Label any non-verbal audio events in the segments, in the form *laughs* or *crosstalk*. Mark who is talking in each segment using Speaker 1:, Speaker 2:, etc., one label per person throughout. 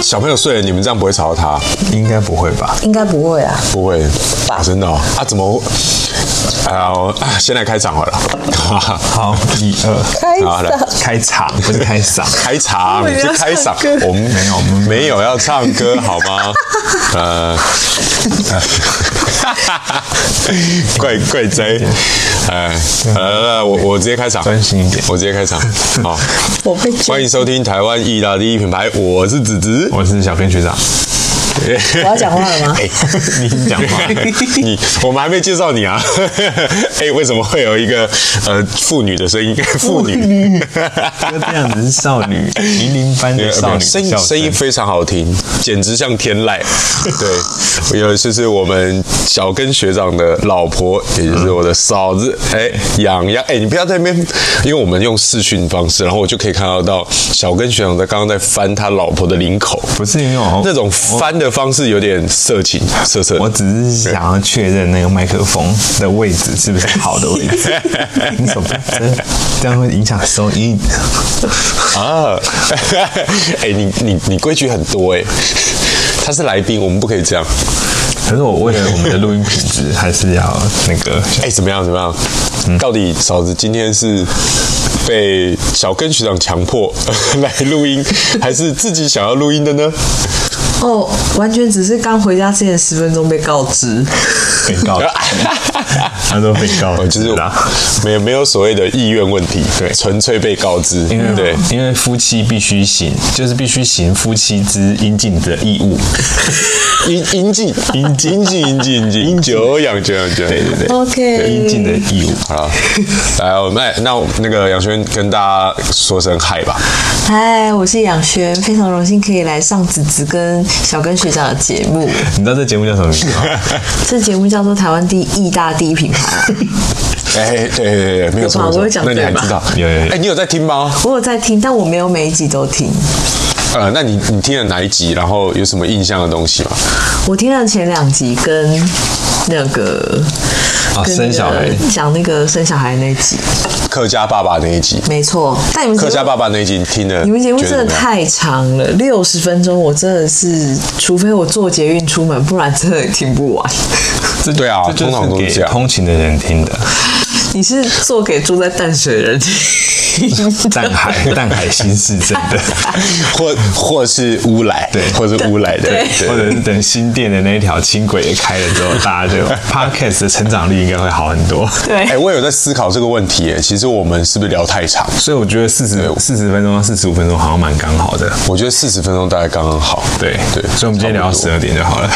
Speaker 1: 小朋友睡了，你们这样不会吵到他？应该不会吧？
Speaker 2: 应该不会啊。
Speaker 1: 不会，啊、真的、哦、啊？怎么？哎呀，我啊，先来开场好了。
Speaker 3: 好，一二，
Speaker 2: 开
Speaker 1: 好来
Speaker 2: 嗓，
Speaker 3: 开场不是开嗓，
Speaker 1: *laughs* 开场
Speaker 2: 我以为
Speaker 1: 是
Speaker 2: 要
Speaker 1: 开场
Speaker 2: 唱歌，
Speaker 1: 我们没有没有要唱歌好吗？呃，怪怪贼，哎，来来来，我我直接开场，
Speaker 3: 专心一点
Speaker 1: 我直接开场。好，
Speaker 2: 我被
Speaker 1: 欢
Speaker 2: 卷。
Speaker 1: 迎收听台湾意大利品牌，我是子子。
Speaker 3: 我是小编学长，
Speaker 2: 我要讲话了吗？
Speaker 1: 哎， *laughs*
Speaker 3: 你讲话
Speaker 1: 你我们还没介绍你啊！ *laughs* 哎，为什么会有一个呃妇女的 *laughs* 声音？妇女，
Speaker 3: 不要这样子是少女，零零班的 *laughs* 少女
Speaker 1: 声音
Speaker 3: 笑
Speaker 1: 呃声音非常好听，简直像天 *laughs* 籁。对，有就是我们小根学长的老婆，也就是我的嫂子，哎，洋洋，哎，你不要在那边，因为我们用视讯方式，然后我就可以看到到小根学长在刚刚在翻他老婆的领口，
Speaker 3: 不是因为我
Speaker 1: 那种翻的方式有点色情，色色的。
Speaker 3: 我只是想要确认那个麦克风的位置是不是好的位 *laughs* 置，你怎么真这样会影响收音？
Speaker 1: 啊， *laughs* 哎、你你你规矩很多哎、他是来宾，我们不可以这样。
Speaker 3: 可是我为了我们的录音品质，还是要那个
Speaker 1: 哎、怎么样？怎么样？
Speaker 3: 嗯
Speaker 1: 到底嫂子今天是被小根学长强迫 *laughs* 来录音，还是自己想要录音的呢？
Speaker 2: *laughs* 哦，完全只是刚回家之前十分钟被告知。
Speaker 3: 被 *laughs* 告，他都被告，
Speaker 1: 我啊哦就是
Speaker 3: 哦啦。
Speaker 1: 没有没有所谓的意愿问题，
Speaker 3: 对嗯
Speaker 1: 纯粹被告知，
Speaker 3: 因为
Speaker 1: 对。
Speaker 3: 因为夫妻必须行，就是必须行夫妻之应尽的义务。
Speaker 1: 阴阴茎，阴茎，阴茎，阴茎，阴茎，久仰久仰久仰。对对对
Speaker 2: OK
Speaker 3: 应尽的义务。
Speaker 1: 好了，来，我们来哎那我那个杨轩跟大家说声嗨吧。
Speaker 2: 嗨，我是杨轩，非常荣幸可以来上子子跟小根学长的节目。
Speaker 3: 你知道这节目叫什么名
Speaker 1: *laughs*
Speaker 3: 字吗？
Speaker 2: 这节目叫做台湾第一大第一品牌，
Speaker 1: 哎，对对对对，没有错，
Speaker 2: 有吧
Speaker 1: 没错
Speaker 2: 我有讲
Speaker 1: 那你
Speaker 2: 对
Speaker 1: 还
Speaker 2: 吧
Speaker 1: 知道？
Speaker 3: 有有有
Speaker 1: 哎，你有在听吗？
Speaker 2: 我有在听，但我没有每一集都听。
Speaker 1: 呃，那你你听了哪一集？然后有什么印象的东西吗？
Speaker 2: 我听了前两集跟那个。
Speaker 3: 啊
Speaker 2: 跟那个
Speaker 3: 生小孩
Speaker 2: 讲那个生小孩那一集，
Speaker 1: 客家爸爸那一集，
Speaker 2: 没错。但你们节
Speaker 1: 客
Speaker 2: 目
Speaker 1: 家爸爸那一集你听了，
Speaker 2: 你们节目
Speaker 1: 觉得
Speaker 2: 真的
Speaker 1: 怎么样
Speaker 2: 太长了，六十分钟，我真的是，除非我坐捷运出门，不然真的听不完。 *laughs*
Speaker 3: 这
Speaker 1: 对啊
Speaker 3: 这就是
Speaker 1: 通常都是
Speaker 3: 给
Speaker 1: 这样
Speaker 3: 通勤的人听
Speaker 1: *laughs*
Speaker 3: 的。
Speaker 2: 你是做给住在淡水的人听的？
Speaker 3: 淡海，淡海新市镇的，
Speaker 1: 或或是乌来，对，或是乌来的，
Speaker 2: 对
Speaker 3: 或者是等新店的那一条轻轨也开了之后，大
Speaker 1: *laughs*
Speaker 3: 家就 podcast 的成长率应该会好很多。
Speaker 2: 对
Speaker 1: 哎，，我有在思考这个问题耶，其实我们是不是聊太长？
Speaker 3: 所以我觉得四十四十分钟到四十五分钟好像蛮刚好的。
Speaker 1: 我觉得四十分钟大概刚刚好，
Speaker 3: 对
Speaker 1: 对，
Speaker 3: 所以我们今天聊到十二点就好了。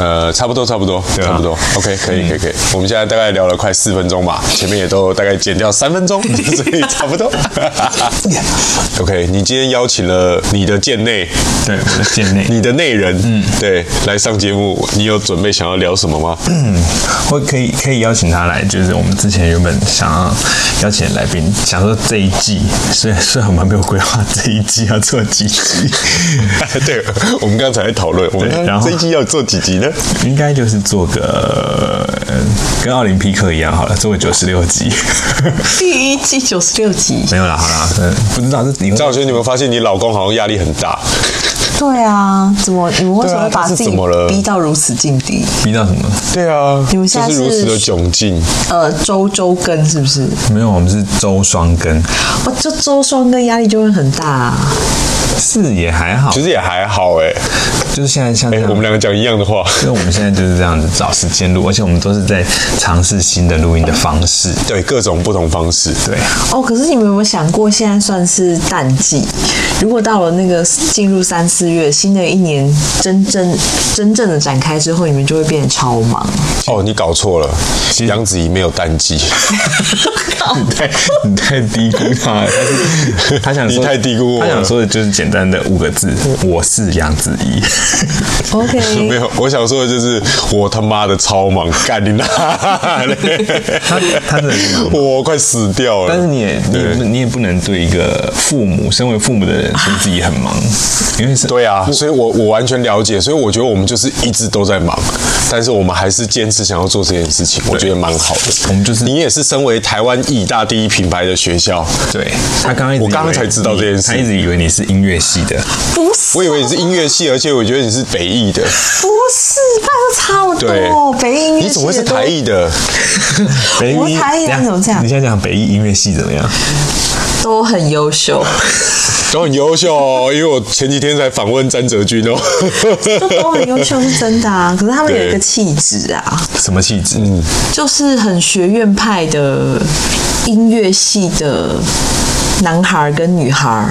Speaker 1: 呃，差不多，差不多，
Speaker 3: 对啊
Speaker 1: 差不多，OK，可以，可以，可以。我们现在大概聊了快四分钟吧，前面也都大概减掉三分
Speaker 3: *laughs*
Speaker 1: 钟，所以差不多。OK，你今天邀请了你的贱内，
Speaker 3: *laughs* 对，我的贱内，
Speaker 1: 你的内人，嗯，对，来上节目，你有准备想要聊什么
Speaker 3: *laughs*
Speaker 1: 吗？
Speaker 3: 我可以可以邀请他来，就是我们之前原本想要邀请的来宾，想说这一季，虽然虽然我们没有规划这一季要做几集，
Speaker 1: 对，我们刚才在讨论，我们
Speaker 3: 对然后嗯
Speaker 1: 这一季要做几集呢？
Speaker 3: 应该就是做个呃跟奥林匹克一样好了，做个九十六集。
Speaker 2: 第一季九十六集。
Speaker 3: *laughs* 没有啦，好啦，嗯， *laughs* 不知道是你会
Speaker 1: 张小轩，你有没有发现你老公好像压力很大？
Speaker 2: 对啊，怎么你们为什
Speaker 1: 对
Speaker 2: 么
Speaker 1: 啊
Speaker 2: 会把
Speaker 1: 他是
Speaker 2: 自己
Speaker 1: 怎么了
Speaker 2: 逼到如此境地？
Speaker 3: 逼到什么？
Speaker 1: 对啊，
Speaker 2: 你们
Speaker 1: 就
Speaker 2: 现在
Speaker 1: 是如
Speaker 2: 是
Speaker 1: 此的窘境。
Speaker 2: 呃，周周更是不是？
Speaker 3: 没有，我们是周双更，
Speaker 2: 我这周双更压力就会很大、啊。
Speaker 3: 是也还好，
Speaker 1: 其实也还好哎、
Speaker 3: 就是现在像这
Speaker 1: 哎、
Speaker 3: 样，
Speaker 1: 我们两个讲一样的话。
Speaker 3: 因为我们现在就是这样子找时间录，而且我们都是在尝试新的录音的方式。
Speaker 1: 对各种不同方式，
Speaker 3: 对，
Speaker 2: 哦，可是你们有没有想过，现在算是淡季？如果到了那个进入三四月，新的一年真正真正的展开之后，你们就会变得超忙。
Speaker 1: 哦，你搞错了，杨子怡没有淡季，
Speaker 3: 你太你太低估他了，他是 *laughs* 他想说
Speaker 1: 你太低估我了
Speaker 3: 他想说的就是简单的五个字：我是杨子
Speaker 1: 没
Speaker 3: 怡。嗯
Speaker 2: OK，
Speaker 1: 有。我想说的就是我他妈的超忙，干你那嘞，
Speaker 3: 他他真的是
Speaker 1: *laughs*
Speaker 3: 蛮
Speaker 1: 我快死掉了。
Speaker 3: 但是你也你也不你也不能对一个父母，身为父母的人说自己很忙，因为是
Speaker 1: 对对啊，所以我我完全了解，所以我觉得我们就是一直都在忙，但是我们还是坚持想要做这件事情，我觉得蛮好的。
Speaker 3: 我们就是
Speaker 1: 你也是身为台湾艺大第一品牌的学校，
Speaker 3: 对他刚刚一直以为
Speaker 1: 我刚刚才知道这件事
Speaker 3: 他一直以为你是音乐系的，
Speaker 2: 不是，
Speaker 1: 我以为你是音乐系，而且我觉得你是北艺的，
Speaker 2: 不是，那就差
Speaker 1: 对
Speaker 2: 不多。北音乐系
Speaker 1: 你怎么会是
Speaker 2: 的都
Speaker 1: 台艺的？
Speaker 3: 北
Speaker 2: 我
Speaker 3: 艺
Speaker 2: 台艺
Speaker 3: 等一下
Speaker 2: 人怎么这样
Speaker 3: 你现在讲北艺音乐系怎么样？
Speaker 2: 都很
Speaker 1: *laughs*
Speaker 2: 优秀，
Speaker 1: 都很优秀哦，因为我前几天才访问詹哲君哦。
Speaker 2: 就都很优秀是真的啊。可是他们有一
Speaker 1: 对
Speaker 2: 个气质啊，
Speaker 3: 什么气质？
Speaker 2: 就是很学院派的音乐系的男孩儿跟女孩儿。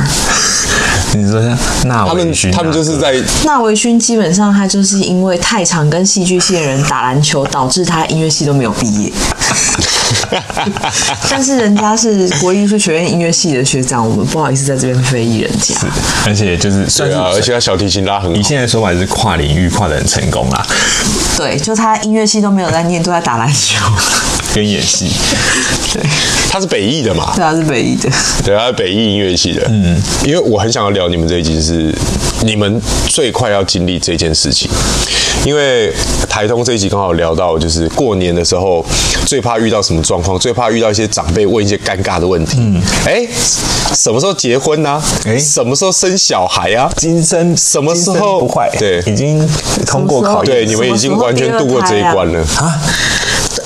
Speaker 3: 你说像那
Speaker 1: 他们
Speaker 3: 维勋啊
Speaker 1: 他们就是在
Speaker 2: 那维勋基本上他就是因为太常跟戏剧系的人打篮球，导致他音乐系都没有毕
Speaker 1: *laughs*
Speaker 2: 业。但是人家是国立艺术学院音乐系的学长，我们不好意思在这边非议人家。
Speaker 3: 而且就是算
Speaker 1: 对
Speaker 3: 是
Speaker 1: 啊，而且他小提琴拉很
Speaker 3: 以
Speaker 1: 好。
Speaker 3: 现在说法就是跨领域跨得很成功啦，
Speaker 2: 对，就他音乐系都没有在念，都在打篮
Speaker 1: *laughs*
Speaker 2: 球。
Speaker 3: 跟演戏。
Speaker 2: 对，
Speaker 1: 他是北艺的嘛？
Speaker 2: 对，他是北艺的。
Speaker 1: 对，啊他是北艺音乐系的。嗯，因为我很想要聊你们这一集是你们最快要经历这件事情，因为台通这一集刚好聊到，就是过年的时候最怕遇到什么状况，最怕遇到一些长辈问一些尴尬的问题。嗯，哎，什么时候结婚呢、啊？
Speaker 3: 诶
Speaker 1: 什么时候生小孩啊？
Speaker 3: 哎今生
Speaker 1: 什么时候
Speaker 3: 今生不坏？嗯
Speaker 1: 对
Speaker 3: 已经通过考
Speaker 1: 对，
Speaker 3: 验。
Speaker 1: 你们已经完全度过这一关了。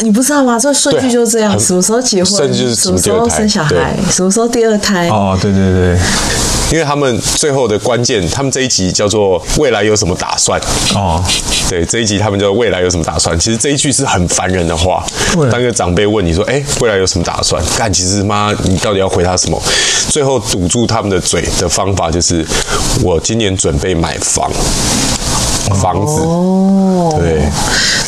Speaker 2: 你不知道吗？这顺序
Speaker 1: 对
Speaker 2: 就是这样，什么时候结婚，
Speaker 1: 甚至就是
Speaker 2: 什么时
Speaker 1: 什么
Speaker 2: 候
Speaker 1: 第二胎
Speaker 2: 生小孩，什么时候第二胎。
Speaker 3: 哦，对对对，
Speaker 1: 因为他们最后的关键，他们这一集叫做“未来有什么打算”。
Speaker 3: 哦，
Speaker 1: 对，这一集他们叫“未来有什么打算”。其实这一句是很烦人的话
Speaker 3: 对。
Speaker 1: 啊当一个长辈问你说：“哎，未来有什么打算？”干，其实妈，你到底要回他什么？最后堵住他们的嘴的方法就是：“我今年准备买房，房子。”
Speaker 2: 哦，
Speaker 1: 对，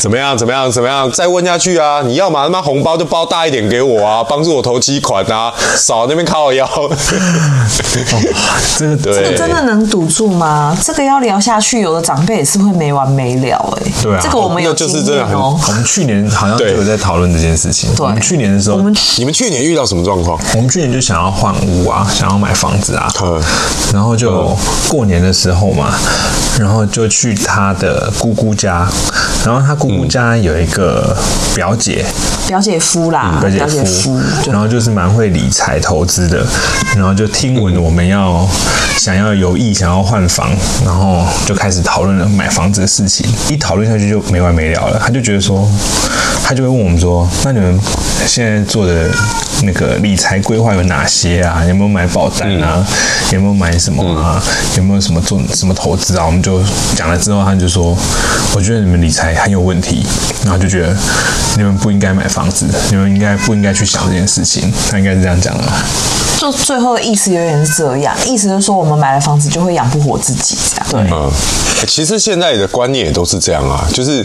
Speaker 1: 怎么样？怎么样？怎么样？再问下去啊！你要嘛他妈红包就包大一点给我啊，帮助我投期款啊，少那边靠腰。
Speaker 3: 这个
Speaker 1: 对，
Speaker 2: 真的能堵住吗？这个要聊下去，有的长辈也是会没完没了哎、
Speaker 3: 对啊
Speaker 2: 这个我们有
Speaker 1: 那就
Speaker 2: 经
Speaker 1: 是真
Speaker 2: 验
Speaker 1: 的很
Speaker 2: 哦、
Speaker 3: 我们去年好像就
Speaker 1: 对
Speaker 3: 有在讨论这件事情。
Speaker 2: 对
Speaker 3: 我们去年的时候，
Speaker 2: 我们
Speaker 1: 你们去年遇到什么状况？
Speaker 3: 我们去年就想要换屋啊，想要买房子啊，
Speaker 1: 嗯
Speaker 3: 然后就过年的时候嘛，然后就去他的姑姑家，然后他姑姑家有一个表姐，
Speaker 2: 表姐夫啦，
Speaker 3: 嗯表姐
Speaker 2: 姐夫
Speaker 3: 夫，，嗯
Speaker 2: 对
Speaker 3: 然后就是蛮会理财投资的，然后就听闻我们要想要有意想要换房，然后就开始讨论了买房子的事情，一讨论下去就没完没了了。他就觉得说，他就会问我们说，那你们现在做的那个理财规划有哪些啊？有没有买保单啊？有没有买什么啊？有没有什么做什么投资啊？我们就讲了之后，他就说，我觉得你们理财很有问题，然后就觉得你们不应该买房子，你们应该不应该去想这件事情。他应该是这样讲的啊吧？
Speaker 2: 就最后的意思有点是这样，意思就是说我们买了房子就会养不活自己这样。对，
Speaker 1: 嗯，其实现在的观念也都是这样啊，就是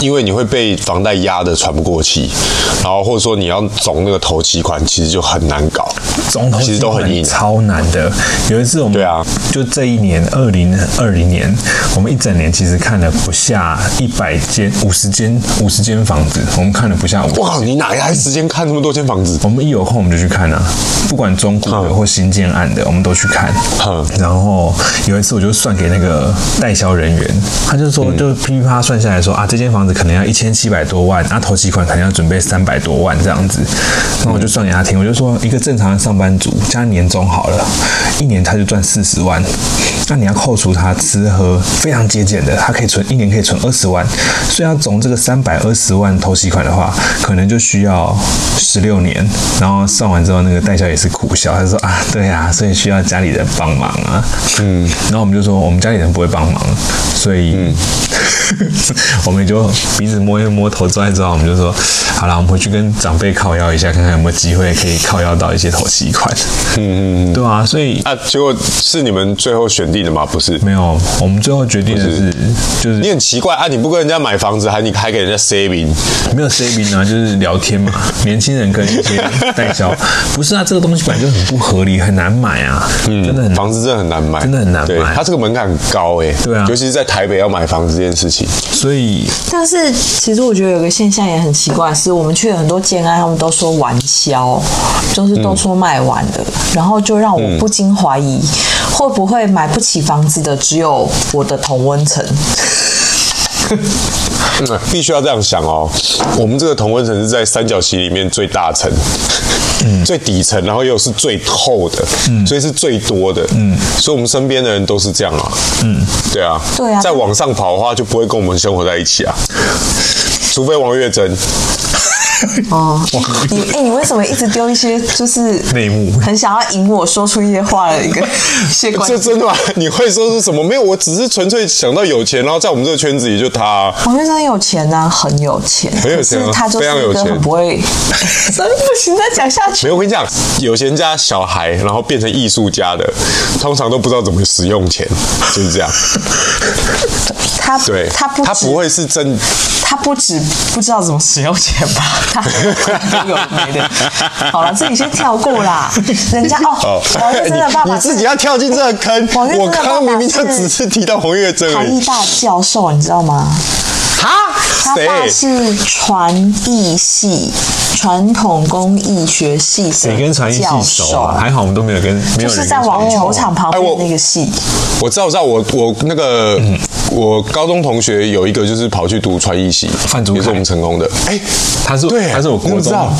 Speaker 1: 因为你会被房贷压得喘不过气，然后或者说你要总那个头期款，其实就很难搞。
Speaker 3: 总统
Speaker 1: 其实都很硬啊
Speaker 3: 超难的。有一次我们
Speaker 1: 对啊，
Speaker 3: 就这一年二零二零年，我们一整年其实看了不下一百间、五十间、五十间房子，我们看了不下五十。
Speaker 1: 哇，你哪来时间看这么多间房子？
Speaker 3: 我们一有空我们就去看啊，不管中古的
Speaker 1: 嗯
Speaker 3: 或新建案的，我们都去看
Speaker 1: 嗯。
Speaker 3: 然后有一次我就算给那个代销人员，他就说就噼里啪啦算下来说啊，这间房子可能要一千七百多万，啊，头期款可能要准备三百多万这样子。那我就算给他听，我就说一个正常的上班族加年终好了，一年他就赚四十万，那你要扣除他吃喝，非常节俭的，他可以存一年可以存二十万，所以他总这个三百二十万投息款的话，可能就需要十六年。然后算完之后，那个代销也是苦笑，他说啊，对啊，所以需要家里人帮忙啊。嗯，然后我们就说我们家里人不会帮忙，所以、 *laughs* 我们也就鼻子摸一摸，头抓一抓，我们就说好了，我们回去跟长辈靠腰一下，看看有没有机会可以靠腰到一些投息款。嗯嗯，对啊，所以。
Speaker 1: 啊，结果是你们最后选定的吗？不是。
Speaker 3: 没有，我们最后决定的是，就是
Speaker 1: 你很奇怪啊！你不跟人家买房子，还你还给人家 saving，
Speaker 3: 没有 saving 啊，就是聊天 *laughs* 嘛，年轻人跟一些代销，不是啊，这个东西本来就很不合理，很难买啊，真的很难。
Speaker 1: 房子真的很难买，
Speaker 3: 真的很难
Speaker 1: 对
Speaker 3: 买
Speaker 1: 它这个门槛很高哎、
Speaker 3: 对啊
Speaker 1: 尤其是在台北要买房子这件事情，
Speaker 3: 所以
Speaker 2: 但是其实我觉得有个现象也很奇怪，是实我们去了很多建安，他们都说完销，就是都说卖完了，然后就让我不禁怀疑，会不会买不起房子的只有我的同温层？
Speaker 1: 嗯 *laughs* 必须要这样想哦。我们这个同温层是在三角形里面最大层，最底层，然后又是最厚的，所以是最多的。嗯，所以我们身边的人都是这样啊。嗯，对啊，
Speaker 2: 对啊
Speaker 1: 再往上跑的话，就不会跟我们生活在一起啊。除非王月珍，
Speaker 2: 哦，你哎、你为什么一直丢一些就是
Speaker 3: 内幕
Speaker 2: 很想要引我说出一些话的一个一些观
Speaker 1: 这真的吗？ *laughs* 你会说是什么？没有，我只是纯粹想到有钱，然后在我们这个圈子里就他啊、
Speaker 2: 王岳真很有钱呐、很有钱，
Speaker 1: 很有钱啊
Speaker 2: 可是他就是
Speaker 1: 非常有
Speaker 2: 一个
Speaker 1: 钱
Speaker 2: 很不会，
Speaker 1: *laughs*
Speaker 2: 真的不行，再讲下去
Speaker 1: 没。有，我跟你讲，有钱家小孩，然后变成艺术家的，通常都不知道怎么使用钱，就是这样。
Speaker 2: 他
Speaker 1: 对，
Speaker 2: 他不
Speaker 1: 他
Speaker 2: 止
Speaker 1: 不会是真，
Speaker 2: 他不止不知道怎么使用钱
Speaker 1: *laughs*
Speaker 2: 吧，他还有没的。好了，这里先跳过啦。人家哦，王岳真
Speaker 1: *laughs*
Speaker 2: 的爸
Speaker 1: 你
Speaker 2: 爸
Speaker 1: 你自己
Speaker 2: 是
Speaker 1: 要跳进这个坑。
Speaker 2: 王岳珍
Speaker 1: 我
Speaker 2: 的爸
Speaker 1: 刚
Speaker 2: 爸
Speaker 1: 刚明明就是只是提到黄月珍
Speaker 2: 台
Speaker 1: 而已
Speaker 2: 艺。大教授，你知道吗？
Speaker 1: 哈？
Speaker 2: 他爸
Speaker 1: 谁？
Speaker 2: 是传艺系传统工艺学系
Speaker 3: 谁跟传
Speaker 2: 的
Speaker 3: 艺
Speaker 2: 教
Speaker 3: 系熟
Speaker 2: 授
Speaker 3: 啊？，还好我们都没有跟，没
Speaker 2: 就
Speaker 3: 有
Speaker 2: 是
Speaker 3: 人
Speaker 2: 在
Speaker 3: 跟
Speaker 2: 网
Speaker 3: 传艺
Speaker 2: 球
Speaker 3: 熟
Speaker 2: 场旁
Speaker 1: 哎我
Speaker 2: 边那个系。
Speaker 1: 我知道，我知道，我我那个、
Speaker 2: 嗯
Speaker 1: 我高中同学有一个就是跑去读传艺系，
Speaker 3: 范祖
Speaker 1: 也是
Speaker 3: 凯
Speaker 1: 我们成功的。哎、
Speaker 3: 他是
Speaker 1: 对
Speaker 3: 他是我
Speaker 1: 我
Speaker 3: 国
Speaker 1: 知道
Speaker 3: 中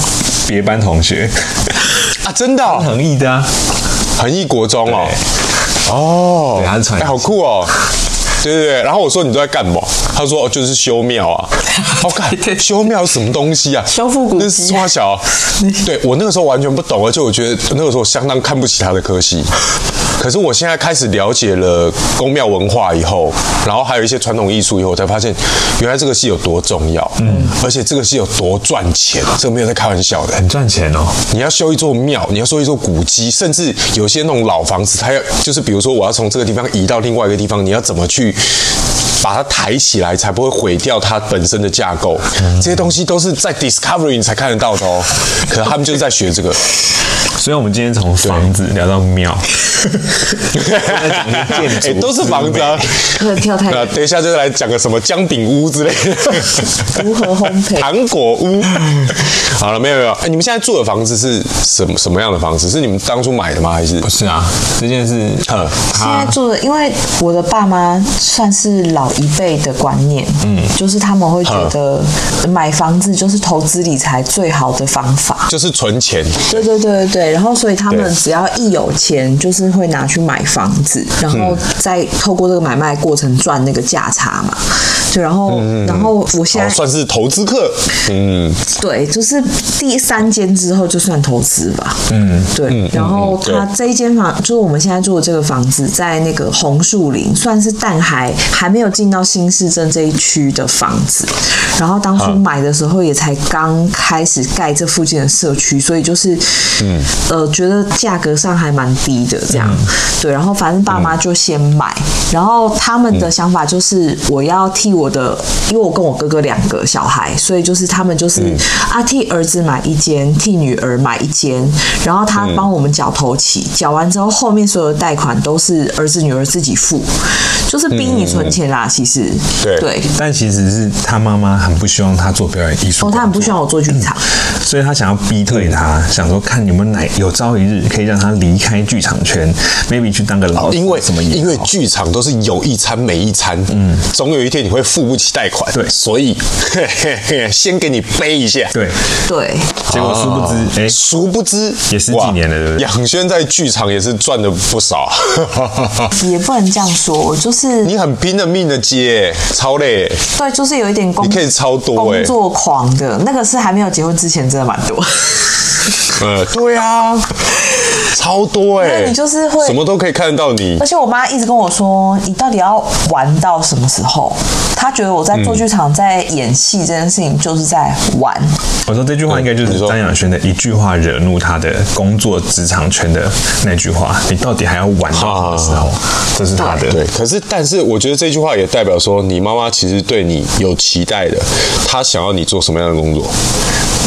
Speaker 3: 别班同学，
Speaker 1: 啊，真的、哦，
Speaker 3: 恒毅的啊，
Speaker 1: 恒毅国中哦。哦，
Speaker 3: 对他是传艺
Speaker 1: 哎好酷哦。对对对，然后我说你都在干嘛？他说哦，就是修庙啊。好、哦、
Speaker 3: *laughs*
Speaker 1: 干，修庙是什么东西啊？
Speaker 2: 修复古迹
Speaker 1: 那是
Speaker 2: *laughs*
Speaker 1: 花小。啊 *laughs* 对我那个时候完全不懂，而且啊我觉得那个时候我相当看不起他的科系。可是我现在开始了解了宫庙文化以后，然后还有一些传统艺术以后，我才发现原来这个戏有多重要，嗯，而且这个戏有多赚钱，这个没有在开玩笑的。
Speaker 3: 很赚钱哦。
Speaker 1: 你要修一座庙，你要修一座古迹，甚至有些那种老房子，它要就是比如说我要从这个地方移到另外一个地方，你要怎么去把它抬起来，才不会毁掉它本身的架构？这些东西都是在 Discovery 你才看得到的哦。可能他们就是在学 *laughs* 这个，
Speaker 3: 所以，我们今天从房子聊到庙，建筑
Speaker 1: 哎都是房子啊。
Speaker 2: 可跳太
Speaker 1: 那等一下就来讲个什么姜饼屋之类的，
Speaker 2: 如何烘焙
Speaker 1: 糖果屋。好了，没有没有，哎，你们现在住的房子是什么什么样的房子？是你们当初买的吗？还是？
Speaker 3: 不是啊，这件事，
Speaker 1: 呃，
Speaker 2: 现在住的，因为我的爸妈算是老一辈的观念，嗯，就是他们会觉得买房子就是投资理财最好的方法。
Speaker 1: 就是存钱。
Speaker 2: 对对对对对，然后所以他们
Speaker 1: 对
Speaker 2: 只要一有钱，就是会拿去买房子，然后再透过这个买卖过程赚那个价差嘛。对，然后然后我现
Speaker 3: 啊
Speaker 1: 哦，
Speaker 2: 在
Speaker 1: 算是投资客，嗯，
Speaker 2: 对，就是第三间之后就算投资吧。嗯，对。然后它这一间房，就是我们现在住的这个房子，在那个红树林，算是淡海还没有进到新市镇这一区的房子。然后当初买的时候也才刚开始盖这附近的社区，所以就是，嗯，呃，觉得价格上还蛮低的这样。对，然后反正爸妈就先买，然后他们的想法就是我要替我的，
Speaker 1: 嗯
Speaker 2: 因为我跟我哥哥两个小孩，所以就是他们就是、啊替儿子买一间，替女儿买一间，
Speaker 1: 嗯
Speaker 2: 然后他帮我们缴头期，缴完之后后面所有的贷款都是儿子女儿自己付，就是逼你存钱啦，其实
Speaker 1: 嗯对
Speaker 2: 对。
Speaker 3: 但其实是他妈妈很不希望他做表演艺术
Speaker 2: 哦，
Speaker 3: 工作，
Speaker 2: 他很不喜欢我做剧场，
Speaker 1: 嗯
Speaker 3: 所以他想要逼退他，想说看有没有哪有朝一日可以让他离开剧场圈，maybe 去当个老师
Speaker 1: 因为
Speaker 3: 什么也
Speaker 1: 因为
Speaker 3: 好
Speaker 1: 剧场都是有一餐没一餐，嗯，总有一天你会付不起贷款，
Speaker 3: 对
Speaker 1: 所以 *laughs* 嘿嘿嘿先给你背一下，
Speaker 3: 对，
Speaker 2: 对，
Speaker 3: 结果殊不
Speaker 1: 啊
Speaker 3: 知，哎、
Speaker 1: 殊不知
Speaker 3: 也十几
Speaker 1: 哇
Speaker 3: 年了对不对
Speaker 1: 杨轩在剧场也是赚了不少，啊
Speaker 3: *laughs*
Speaker 2: 也不能这样说，我就是
Speaker 1: 你很拼了命的接，超累，
Speaker 2: 对，就是有一点工
Speaker 1: 你可以超多哎
Speaker 2: 工，作狂的那个是还没有结婚之前真的蛮多。
Speaker 1: 呃，对啊，超多哎，
Speaker 2: 那你就是会
Speaker 1: 什么都可以看得到你
Speaker 2: 而，且我妈一直跟我说，你到底要玩到什么时候？她觉得我在做剧场、在演戏这件事情就是在玩。
Speaker 3: 我说这句话应该就
Speaker 1: 你
Speaker 3: 是
Speaker 1: 说
Speaker 3: 张亚轩的一句话惹怒他的工作职场圈的那句话，你到底还要玩到什么时候？这是他的。
Speaker 1: 啊对，可是但是我觉得这句话也代表说，你妈妈其实对你有期待的，她想要你做什么样的工作？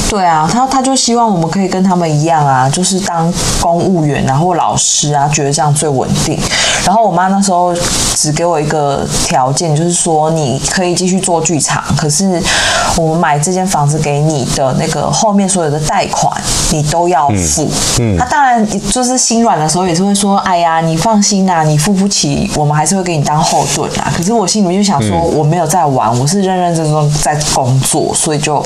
Speaker 2: 对啊，她她就希望我们可以跟他们一样啊，就是当公务员啊或老师啊，觉得这样最稳定。然后我妈那时候只给我一个条件，就是说你可以继续做剧场，可是我们买这间房子给你的那个后面所有的贷款你都要付。嗯，他当然就是心软的时候也是会说，哎呀，你放心啦、你付不起，我们还是会给你当后盾啊。可是我心里面就想说，我没有在玩，我是认认真真在工作，所以就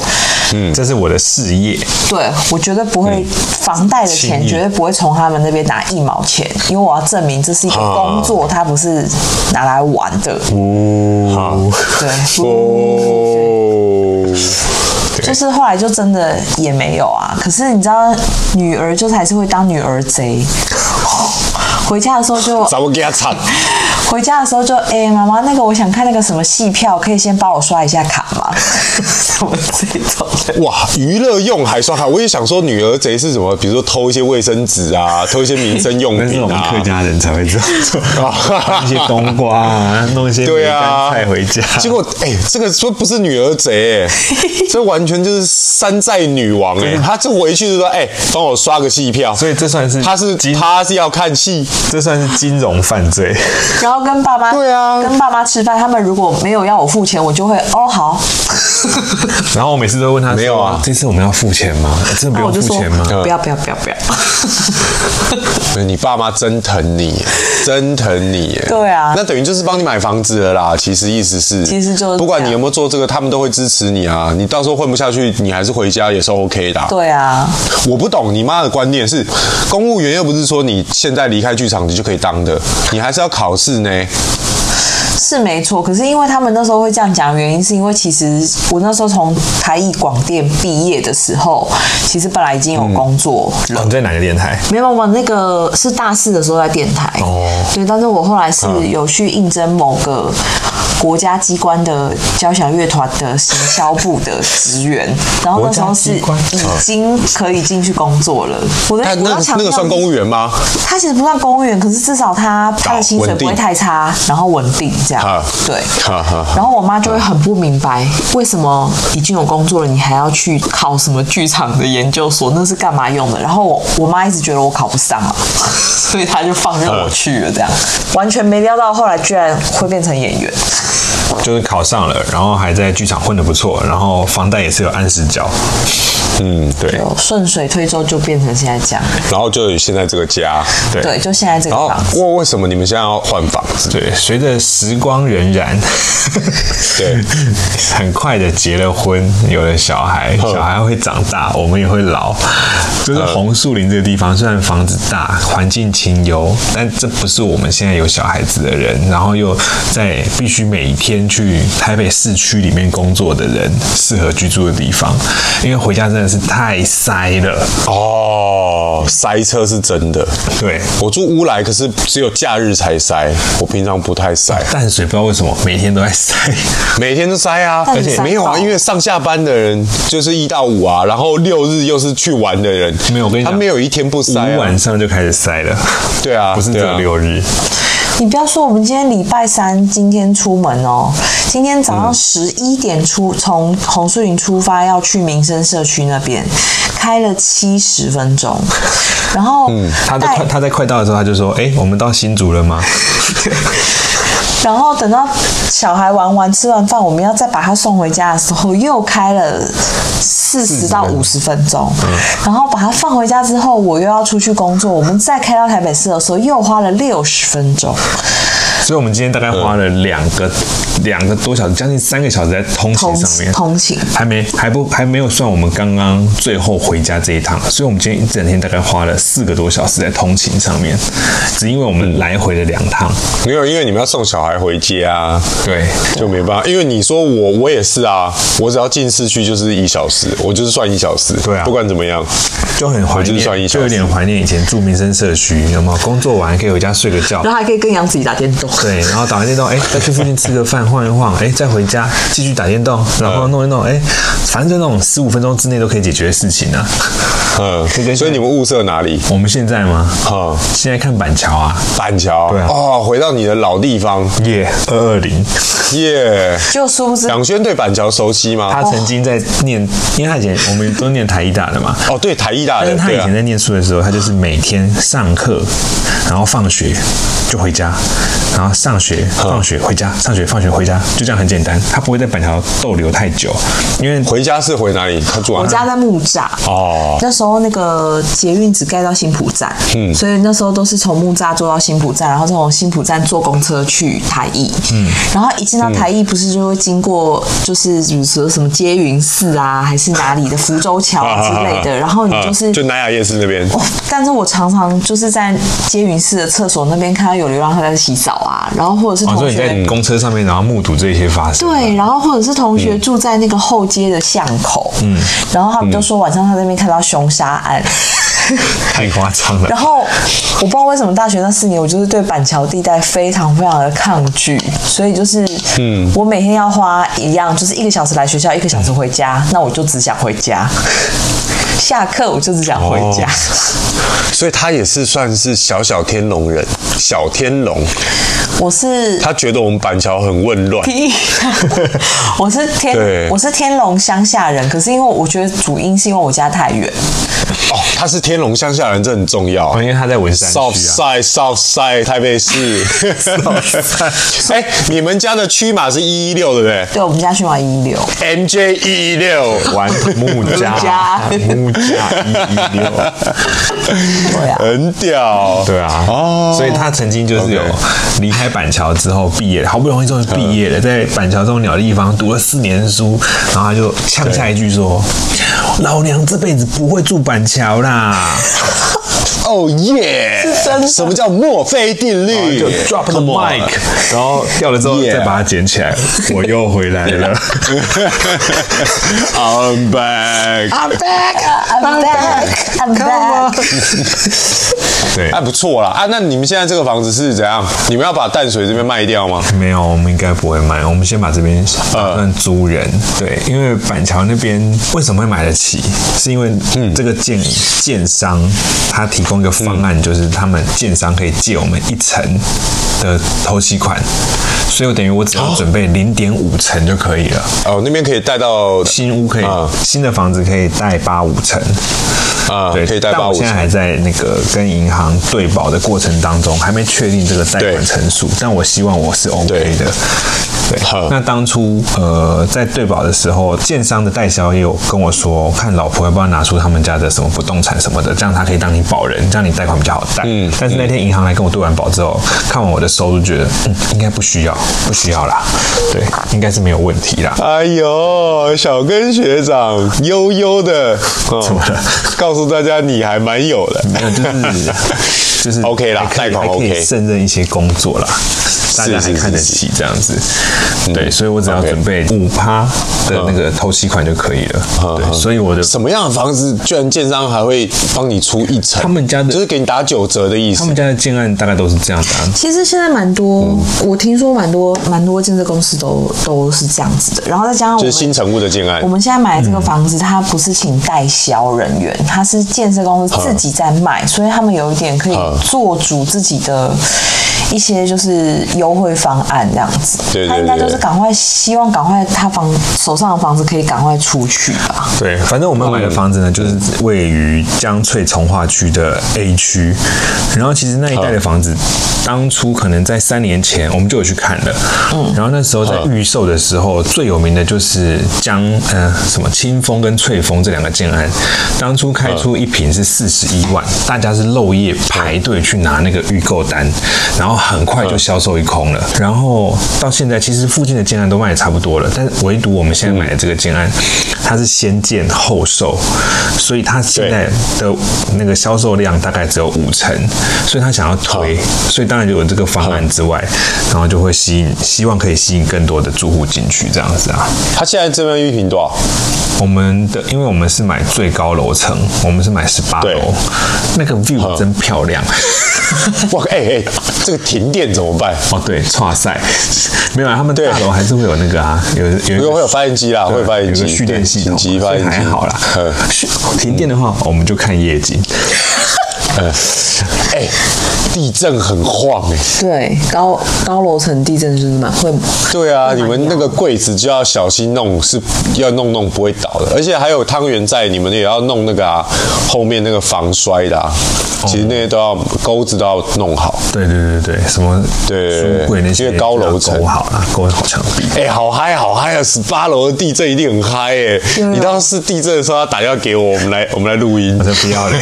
Speaker 3: 这是我的事业，
Speaker 2: 对，我绝对不会，房贷的钱
Speaker 3: 轻易
Speaker 2: 绝对不会从他们那边拿一毛钱，因为我要证明这是一个工作，它不是拿来玩的。
Speaker 3: 嗯
Speaker 1: 哦，
Speaker 2: 对，
Speaker 1: 哦，
Speaker 2: 就是后来就真的也没有啊。可是你知道，女儿就是还是会当女儿 *laughs* 贼。回家的时候就
Speaker 1: 怎么给他惨？
Speaker 2: 回家的时候就哎，妈、妈，那个我想看那个什么戏票，可以先帮我刷一下卡吗？ *laughs* 什么这种的。
Speaker 1: 哇，娱乐用还刷卡，我也想说女儿贼是什么？比如说偷一些卫生纸
Speaker 3: *laughs*
Speaker 1: 啊，偷一些民生用
Speaker 3: 那是
Speaker 1: 品
Speaker 3: 我们
Speaker 1: 啊
Speaker 3: 客。家人才会这样做，
Speaker 1: *laughs*
Speaker 3: 弄一些冬瓜啊，弄一些
Speaker 1: 对啊，
Speaker 3: 梅干菜回家。
Speaker 1: 结果哎、这个说不是女儿贼、
Speaker 3: *laughs*
Speaker 1: 哎这完全就是山寨女王哎、她这回去就说哎，帮、我刷个戏票。
Speaker 3: 所以这算是
Speaker 1: 她是
Speaker 3: 金，
Speaker 1: 她是要看戏，
Speaker 3: 这算是金融犯罪。
Speaker 2: 然后跟爸妈
Speaker 1: 对啊
Speaker 2: 跟爸妈吃饭，他们如果没有要我付钱，我就会哦好，
Speaker 3: 然后我每次都会问他说，
Speaker 1: 没有啊嗯
Speaker 3: 这次我们要付钱吗？欸真的
Speaker 2: 那哦
Speaker 3: 不
Speaker 2: 我
Speaker 3: 用
Speaker 2: 就
Speaker 3: 付
Speaker 2: 说
Speaker 3: 钱吗？
Speaker 2: 不要不要不要
Speaker 3: *laughs*
Speaker 2: 不要。
Speaker 1: 你爸妈真疼你，真疼你耶。
Speaker 2: 对啊
Speaker 1: 那等于就是帮你买房子了啦。其实意思是，
Speaker 2: 其实就是
Speaker 1: 不管
Speaker 2: 这样
Speaker 1: 你有没有做这个，他们都会支持你啊。你到时候混不下去，你还是回家也是 OK 的啊、
Speaker 2: 对啊，
Speaker 1: 我不懂你妈的观念是，公务员又不是说你现在离开剧场你就可以当的，你还是要考试呢。
Speaker 2: 是没错。可是因为他们那时候会这样讲，原因是因为其实我那时候从台艺广电毕业的时候，其实本来已经有工作了。
Speaker 3: 哦你在哪个电台？
Speaker 2: 没有，我那个是大四的时候在电台，
Speaker 3: 哦
Speaker 2: 对，但是我后来是有去应征某个国家机关的交响乐团的行销部的职员，然后那时候是
Speaker 3: 国家机关
Speaker 2: 已经可以进去工作了。我的
Speaker 1: 但
Speaker 2: 我
Speaker 1: 那
Speaker 2: 要
Speaker 1: 个
Speaker 2: 强
Speaker 1: 那个
Speaker 2: 调
Speaker 1: 算公务员吗？
Speaker 2: 他其实不算公务员，可是至少他他的薪水不会太差，然后稳定这样
Speaker 1: 啊。
Speaker 2: 对，
Speaker 1: 哈哈哈
Speaker 2: 然后我妈就会很不明白，为什么已经有工作了，你还要去考什么剧场的研究所，那是干嘛用的？然后我我妈一直觉得我考不上啊， *laughs* 所以她就放任我去了，这样完全没料到后来居然会变成演员。
Speaker 3: 就是考上了，然后还在剧场混得不错，然后房贷也是有按时交。
Speaker 1: 嗯，对。
Speaker 2: 就顺水推舟就变成现在这样，
Speaker 1: 然后就有现在这个家，
Speaker 3: 对
Speaker 2: 对，就现在这个
Speaker 1: 然后
Speaker 2: 房子。
Speaker 1: 为为什么你们现在要换房子？
Speaker 3: 对，随着时光荏苒，
Speaker 1: 对，
Speaker 3: *laughs* 很快的结了婚，有了小孩，
Speaker 1: 嗯
Speaker 3: 小孩会长大，我们也会老。就是红树林这个地方，虽然房子大，环境清幽，但这不是我们现在有小孩子的人，然后又在必须每天去台北市区里面工作的人适合居住的地方，因为回家真的是太塞了。
Speaker 1: 哦，塞车是真的。
Speaker 3: 对，
Speaker 1: 我住乌来，可是只有假日才塞，我平常不太塞，
Speaker 3: 淡水不知道为什么每天都在塞，
Speaker 1: 每天都塞啊，
Speaker 2: 但
Speaker 1: 而
Speaker 2: 你
Speaker 1: 且
Speaker 2: 塞
Speaker 1: 没有啊，
Speaker 2: 爆
Speaker 1: 因为上下班的人就是一到五啊，然后六日又是去玩的人，
Speaker 3: 没有我跟你
Speaker 1: 他
Speaker 3: 讲
Speaker 1: 没有一天不塞
Speaker 3: 五
Speaker 1: 啊
Speaker 3: 晚，上就开始塞了。
Speaker 1: 对啊，
Speaker 3: 不是只
Speaker 1: 对啊
Speaker 3: 有六日，
Speaker 2: 你不要说我们今天礼拜三，今天出门哦，今天早
Speaker 3: 嗯
Speaker 2: 上十一点出，从红树林出发要去民生社区那边，开了七十分
Speaker 3: *laughs*
Speaker 2: 钟，然后
Speaker 3: 嗯他在
Speaker 2: 带
Speaker 3: 快他在快到的时候，他就说：“哎、我们到新竹了吗？” *laughs*
Speaker 2: 然后等到小孩玩完吃完饭，我们要再把他送回家的时候，又开了四十到五十分钟。
Speaker 3: 嗯
Speaker 2: 然后把他放回家之后，我又要出去工作，我们再开到台北市的时候，又花了六十分钟。
Speaker 3: 所以我们今天大概花了两个两个多小时，将近三个小时在通勤
Speaker 2: 通
Speaker 3: 上面，
Speaker 2: 通勤
Speaker 3: 还没还不还没有算我们刚刚最后回家这一趟，所以我们今天一整天大概花了四个多小时在通勤上面，只因为我们来回了两趟。
Speaker 1: 没有，因为你们要送小孩回家、啊，
Speaker 3: 对，
Speaker 1: 就没办法。因为你说我，我也是啊，我只要进市区就是一小时，我就是算一小时，
Speaker 3: 对啊
Speaker 1: 不管怎么样，
Speaker 3: 就很怀
Speaker 1: 我就是算一
Speaker 3: 念，
Speaker 1: 小
Speaker 3: 就
Speaker 1: 时
Speaker 3: 有点怀念以前住民生社区，有没有？工作完可以回家睡个觉
Speaker 2: 然。后还可以跟杨子怡打电动。
Speaker 3: 对，然后打完电动，哎，再去附近吃个饭，晃一晃，哎、再回家继续打电
Speaker 1: 嗯
Speaker 3: 动，然后弄一弄，哎、反正就那种十五分钟之内都可以解决的事情啊。
Speaker 1: 嗯
Speaker 3: 可以跟，
Speaker 1: 所以你们物色哪里？
Speaker 3: 我们现在吗？
Speaker 1: 哈、
Speaker 3: 现在看板桥啊，
Speaker 1: 板桥。
Speaker 3: 对啊
Speaker 1: 哦，回到你的老地方，
Speaker 3: 耶二二零，
Speaker 1: 耶、
Speaker 2: 就殊不知
Speaker 1: 蒋轩对板桥熟悉吗
Speaker 3: 他？曾经在念，因为他以前我们都念台艺大的嘛，
Speaker 1: 哦，对，台艺大
Speaker 3: 但
Speaker 1: 的，
Speaker 3: 是他
Speaker 1: 对 *laughs*
Speaker 3: 以
Speaker 1: 啊
Speaker 3: 前。在念书的时候，他就是每天上课，然后放学就回家，然后上学、
Speaker 1: 嗯
Speaker 3: 放学回家，上学、放学回家，就这样很简单。他不会在板桥逗留太久，因为
Speaker 1: 回家是回哪里？他住哪？
Speaker 2: 我家在木栅。
Speaker 1: 哦，
Speaker 2: 那时候那个捷运只盖到新浦站，嗯，所以那时候都是从木栅坐到新浦站，然后再从新浦站坐公车去台艺，嗯，然后一进到台艺，不是就会经过就是比如说什么接云寺啊，还是哪里的福州桥之类的，然后你就是
Speaker 1: 啊就南雅夜市那边。
Speaker 2: 哦，但是我常常就是在接云室的厕所那边看到有流浪汉在洗澡啊，然后或者是
Speaker 3: 哦，所
Speaker 2: 同
Speaker 3: 以你
Speaker 2: 学、
Speaker 3: 在公车上面，然后目睹这些发生。
Speaker 2: 对，然后或者是同学住在那个后街的巷口，嗯，然后他们就说晚上他在那边看到凶杀案， *laughs*
Speaker 3: 太夸张了
Speaker 2: 然。后我不知道为什么大学那四年我就是对板桥地带非常非常的抗拒，所以就是嗯，我每天要花一样就是一个小时来学校，一个小时回家，那我就只想回家，下课我就只想回家。哦
Speaker 1: 所以他也是算是小小天龙人，小天龙。
Speaker 2: 我 *laughs* 是
Speaker 1: 他觉得我们板桥很混乱。
Speaker 2: 屁！我是天
Speaker 1: 对
Speaker 2: 我是天龙乡下人，可是因为我觉得主因是因为我家太远，
Speaker 1: 哦，他是天龙乡下人，这很重要。
Speaker 3: 哦因为他在文山区
Speaker 1: South
Speaker 3: 啊，
Speaker 1: Side South Side 台北市。 *laughs* 哎、你们家的区码是一一六，对不对
Speaker 2: 对我们家去玩一流，
Speaker 1: ？MJ 一一六。
Speaker 3: 玩木
Speaker 2: 木
Speaker 3: 家，
Speaker 2: 家
Speaker 3: 木家一一六，
Speaker 2: 对啊，
Speaker 1: 很屌，
Speaker 3: 对啊，
Speaker 1: 哦
Speaker 3: 所以他曾经就是有
Speaker 1: OK
Speaker 3: 离开板桥之后毕业，好不容易终于毕业了，在板桥这种鸟地方读了四年书，然后他就呛下一句说：“老娘这辈子不会住板桥啦
Speaker 1: 哦耶！
Speaker 2: 真的
Speaker 1: 什么叫墨菲定！”律
Speaker 3: 哦就 drop the
Speaker 1: Come on
Speaker 3: mic，然后掉了之 *laughs* 后
Speaker 1: Yeah
Speaker 3: 再把它捡起来，我又回来 *laughs* 了。
Speaker 1: *laughs* I'm back。
Speaker 2: I'm back, I'm back, I'm back。
Speaker 3: 对
Speaker 1: 哎，，不错 *laughs* 啦啊！那你们现在这个房子是怎样？你们要把淡水这边卖掉吗？
Speaker 3: 没有，我们应该不会卖。我们先把这边打算租人，对，因为板桥那边为什么会买得起，是因为这个建、建商他提供一个方案，就是他们建商可以借我们一层的头期款，所以我等于我只要准备零点五层就可以了。
Speaker 1: 哦，那边可以带到
Speaker 3: 新屋可以，
Speaker 1: 啊
Speaker 3: 新的房子可以贷八五成，
Speaker 1: 啊，
Speaker 3: 对，
Speaker 1: 可以带
Speaker 3: 但
Speaker 1: 八五
Speaker 3: 我现在
Speaker 1: 成。
Speaker 3: 还在那个跟银行对保的过程当中，还没确定这个贷款
Speaker 1: 对
Speaker 3: 成数，但我希望我是 OK 的。对
Speaker 1: 好，
Speaker 3: 那当初呃在对保的时候，建商的代销也有跟我说，看老婆要不要拿出他们家的什么不动产什么的，这样他可以当你保人，这样你贷款比较好贷。嗯，但是那天银行来跟我对完保之后，看完我的收入，觉得嗯应该不需要，不需要啦，对，应该是没有问题啦。
Speaker 1: 哎呦，小根学长悠悠的，哦
Speaker 3: 怎么了嗯
Speaker 1: 告诉大家你还蛮有的。
Speaker 3: 没有，
Speaker 1: *laughs*
Speaker 3: 就是就是
Speaker 1: OK 啦
Speaker 3: 还可
Speaker 1: 贷
Speaker 3: 以
Speaker 1: 款
Speaker 3: 还可以
Speaker 1: OK
Speaker 3: 胜任一些工作啦，大家还看得起这样子。对，所以我只要
Speaker 1: 嗯 OK
Speaker 3: 准备五趴的那个头期款就可以
Speaker 1: 嗯
Speaker 3: 了。对，所以我的
Speaker 1: 什么样的房子，居然建商还会帮你出一层？
Speaker 3: 他们家的
Speaker 1: 就是给你打九折的意
Speaker 3: 他
Speaker 1: 思
Speaker 3: 们。家的建案大概都是这样的啊。
Speaker 2: 其实现在蛮多，
Speaker 1: 嗯
Speaker 2: 我听说蛮多蛮多建设公司都都是这样子的，然后再加上我
Speaker 1: 就是
Speaker 2: 们
Speaker 1: 新成屋的建案
Speaker 2: 我，们现在买的这个房子，它不是请代销人员，它是建设公司自己在卖，所以他们有一点可以做主自己的一些就是优惠方案这样子。
Speaker 1: 对对
Speaker 2: 他应该
Speaker 1: 对
Speaker 2: 就是赶快，希望赶快他房手上的房子可以赶快出去吧。
Speaker 3: 对，反正我们买的房子呢，就是位于江翠从化区的 A 区。然后其实那一带的房子，当初可能在三年前我们就有去看了。嗯。然后那时候在预售的时候，最有名的就是江呃什么清风跟翠峰这两个建案，当初开出一平是四十一万，大家是漏夜排队去拿那个预购单，然后很快就销售一空了。然后到现在，其实附近的建案都卖的差不多了，但是唯独我们现在买的这个建案，它是先建后售，所以它现在的那个销售量大概只有五成，所以他想要推，所以当然就有这个方案之外，然后就会吸引，希望可以吸引更多的住户进去这样子啊。 *laughs*
Speaker 1: 他现在这边一平多少？
Speaker 3: 我们的，因为我们是买最高楼层，我们是买十八
Speaker 1: 对
Speaker 3: 楼，那个 view 真
Speaker 1: *laughs*
Speaker 3: 漂亮。
Speaker 1: 哇，哎、哎、这个停电怎么办？
Speaker 3: 哦，对，哇塞， *laughs* 没有啊，他们
Speaker 1: 对
Speaker 3: 大楼还是会有那个啊，有有一
Speaker 1: 如
Speaker 3: 个
Speaker 1: 果会有发电机啦，
Speaker 3: 对
Speaker 1: 会有发电
Speaker 3: 有
Speaker 1: 机，
Speaker 3: 个蓄电系统，
Speaker 1: 紧急
Speaker 3: 所
Speaker 1: 发
Speaker 3: 以
Speaker 1: 电机
Speaker 3: 还好啦
Speaker 1: 嗯。
Speaker 3: 蓄停电的话，我们就看夜景。
Speaker 1: 嗯，哎、地震很晃哎、
Speaker 2: 对，高高楼层地震是蛮会，
Speaker 1: 对啊，你们那个柜子就要小心弄，是要弄弄不会倒的。而且还有汤圆在，你们也要弄那个啊，后面那个防摔的啊，其实那些都要钩子都要弄好。
Speaker 3: 对对对对，什么
Speaker 1: 对对对
Speaker 3: 书柜那些啊
Speaker 1: 因为高楼层
Speaker 3: 勾好了，勾好墙壁。
Speaker 1: 哎、好嗨好嗨啊！十八楼的地震一定很嗨哎、你当时地震的时候，他打电话给我，我们来我们来录音 *laughs*
Speaker 3: 我。才不要嘞，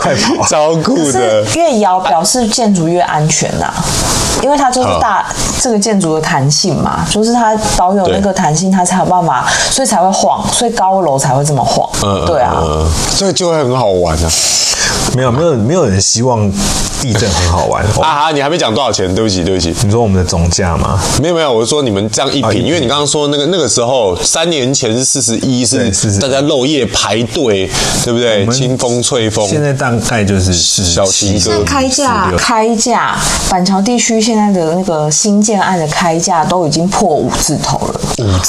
Speaker 3: 快跑！
Speaker 1: 超酷的
Speaker 2: 是，越摇表示建筑越安全呐、因为它就是大这个建筑的弹性嘛，就是它保有那个弹性，它才有办法，所以才会晃，所以高楼才会这么晃。对啊，
Speaker 1: 嗯，所以就会很好玩啊！
Speaker 3: 没有没有没有人希望地震很好玩。哦
Speaker 1: 啊哈，你还没讲多少钱？对不起，对不起，
Speaker 3: 你说我们的总价吗？
Speaker 1: 没有没有，我是说你们这样一
Speaker 3: 啊一
Speaker 1: 瓶，
Speaker 3: 瓶
Speaker 1: 因为你刚刚说那个那个时候三年前是四十一，
Speaker 3: 对
Speaker 1: 是
Speaker 3: 41
Speaker 1: 大家漏夜排队，对不对？
Speaker 3: 们
Speaker 1: 清风吹风，
Speaker 3: 现在大概就是小
Speaker 1: 七哥
Speaker 2: 那开价，开价，板桥地区现在的那个新建案的开价都已经破五字头了。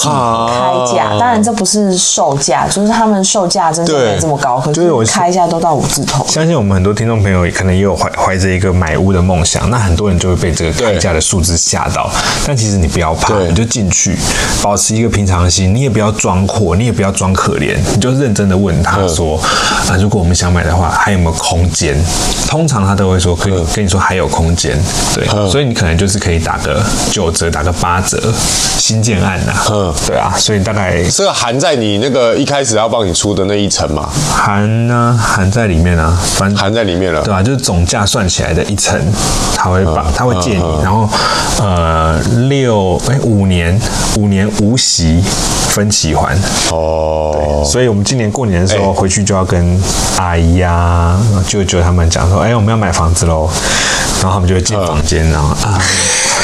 Speaker 1: 啊
Speaker 2: 开价，当然这不是售价，就是他们售价真的
Speaker 1: 对
Speaker 2: 没这么高，可
Speaker 3: 对我
Speaker 2: 是开价都到五字头。
Speaker 3: 相信我们很多听众朋友也可能也有怀怀着一个买屋的梦想，那很多人就会被这个开价的数字吓到。但其实你不要怕，
Speaker 1: 对
Speaker 3: 你就进去，保持一个平常心，你也不要装阔，你也不要装可怜，你就认真的问他说：“
Speaker 1: 嗯
Speaker 3: 啊，如果我们想买的话，还有没有空间？”通常他都会说：“可以
Speaker 1: 嗯
Speaker 3: 跟你说还有空间。”对，所以你可能就是可以打个九折，打个八折，新建案呐、
Speaker 1: 嗯
Speaker 3: 对啊，所以大概
Speaker 1: 这个含在你那个一开始要帮你出的那一层嘛，
Speaker 3: 含呢、含在里面啊，反正
Speaker 1: 含在里面了
Speaker 3: 对。吧、就是总价算起来的一层，他会把他会借你，然后呃六哎五年五年无息分期还，
Speaker 1: 哦，
Speaker 3: 所以我们今年过年的时候回去就要跟阿姨呀、啊、舅舅他们讲说，哎、我们要买房子喽，然后他们就会进房间，然后啊，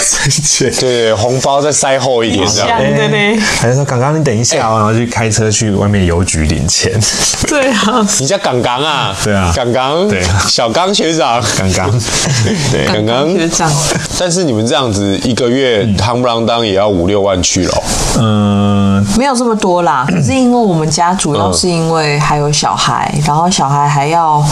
Speaker 3: 谢谢。
Speaker 1: 对，红包再塞厚一点这样。
Speaker 2: 对对
Speaker 3: 哎还是说刚刚你等一下哦，然后就开车去外面邮局领钱。
Speaker 2: 对啊，
Speaker 1: 你叫港港啊？
Speaker 3: 对啊
Speaker 1: 港港，
Speaker 3: 对
Speaker 1: 小刚学长，
Speaker 3: 刚刚对，
Speaker 1: 港港。
Speaker 2: 长，
Speaker 1: 但是你们这样子一个月，夯不啷当也要五六万去了。
Speaker 3: 嗯、
Speaker 2: 没有这么多
Speaker 1: *clears throat*
Speaker 2: 啦，可是因为我们家主
Speaker 1: 嗯
Speaker 2: 要是因为还有小孩，然后小孩还要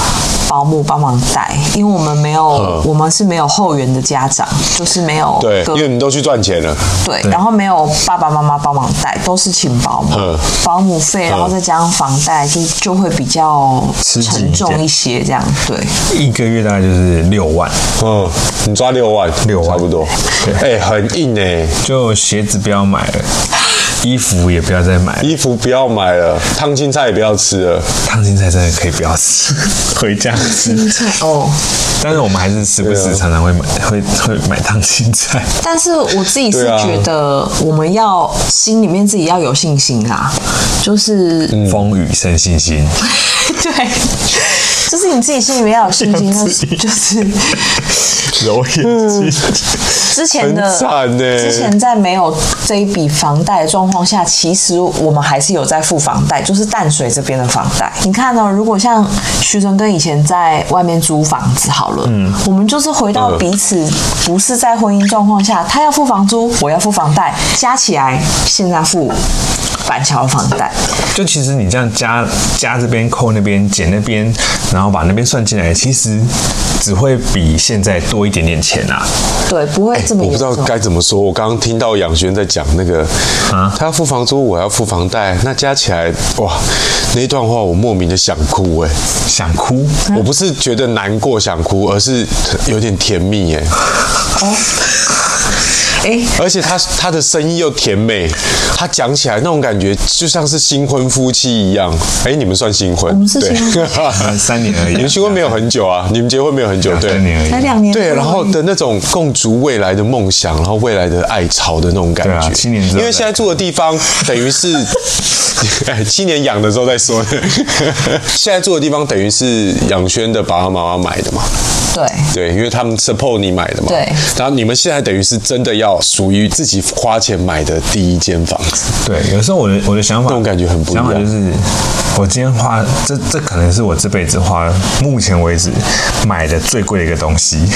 Speaker 2: 保姆帮忙带，因为我们没有，我们是没有后援的家长，就是没有
Speaker 1: 嗯对，
Speaker 2: 哥
Speaker 1: 因为你们都去赚钱了。
Speaker 2: 对，然后没有爸爸妈妈帮忙带，都是请保姆
Speaker 1: 嗯，
Speaker 2: 保姆费，然后再加上房贷，就就会比较
Speaker 3: 吃紧一
Speaker 2: 沉
Speaker 3: 点
Speaker 2: 重一些，这样对。
Speaker 3: 一个月大概就是六万。
Speaker 1: 嗯，你抓六万，
Speaker 3: 六万
Speaker 1: 差不多。哎、很硬哎、
Speaker 3: 就鞋子不要买了，衣服也不要再买了，
Speaker 1: 衣服不要买了，烫青菜也不要吃了。
Speaker 3: 烫青菜真的可以不要
Speaker 1: *laughs*
Speaker 3: 吃，回家吃。
Speaker 2: 哦，
Speaker 3: 但是我们还是时不时常常会买，
Speaker 1: 嗯
Speaker 3: 会会买烫青菜。
Speaker 2: 但是我自己是
Speaker 1: 对啊
Speaker 2: 觉得，我们要心里面自己要有信心啦，就是、
Speaker 3: 风雨生信心，
Speaker 2: *laughs* 对，就是你自己心里面要有信心，就是就是
Speaker 3: 揉眼睛。
Speaker 2: 之前的
Speaker 1: 很惨欸
Speaker 2: 之前在没有这一笔房贷的状况下，其实我们还是有在付房贷，就是淡水这边的房贷。你看哦，如果像徐成跟以前在外面租房子好了，嗯，我们就是回到彼此不是在婚姻状况下，他要付房租，我要付房贷，加起来现在付板桥的房贷，
Speaker 3: 就其实你这样加加这边扣那边减那边，然后把那边算进来，其实只会比现在多一点点钱啊。
Speaker 2: 对，不会这么
Speaker 1: 哎我不
Speaker 2: 严
Speaker 1: 知道
Speaker 2: 重。
Speaker 1: 该怎么说。我刚刚听到杨轩在讲那个，
Speaker 3: 啊
Speaker 1: 他要付房租，我要付房贷，那加起来，哇，那一段话我莫名的想哭哎、
Speaker 3: 想
Speaker 1: *laughs*
Speaker 3: 哭，
Speaker 2: 嗯
Speaker 1: 我不是觉得难过想哭，而是有点甜蜜哎、
Speaker 2: 哎、
Speaker 1: 而且他他的声音又甜美，他讲起来那种感觉就像是新婚夫妻一样。哎、你们算新婚？
Speaker 2: 我们是
Speaker 1: 对
Speaker 2: 新婚
Speaker 1: *laughs*
Speaker 3: 三年而已啊
Speaker 1: 你们新婚没有很久
Speaker 3: *laughs*
Speaker 1: 啊，你们结婚没有很久，对
Speaker 3: 三。年而已
Speaker 2: 才
Speaker 3: 啊。
Speaker 2: 两年多而已，
Speaker 1: 对，然后的那种共筑未来的梦想，然后未来的爱巢的那种感觉。
Speaker 3: 对啊七年之后再
Speaker 1: 因为现在住的地方等于是，哎， *laughs* 七年养的时候再
Speaker 3: *laughs*
Speaker 1: 说。现在住的地方等于是养轩的爸爸妈妈买的嘛，
Speaker 2: 对。
Speaker 1: 对，因为他们 support 你买的嘛。
Speaker 2: 对。
Speaker 1: 然后你们现在等于是真的要到属于自己花钱买的第一间房子，
Speaker 3: 对，有时候我的我的想法，
Speaker 1: 那种感觉很不一样
Speaker 3: 想法就是，我今天花这这可能是我这辈子花目前为止买的最贵的一个东西。 *laughs*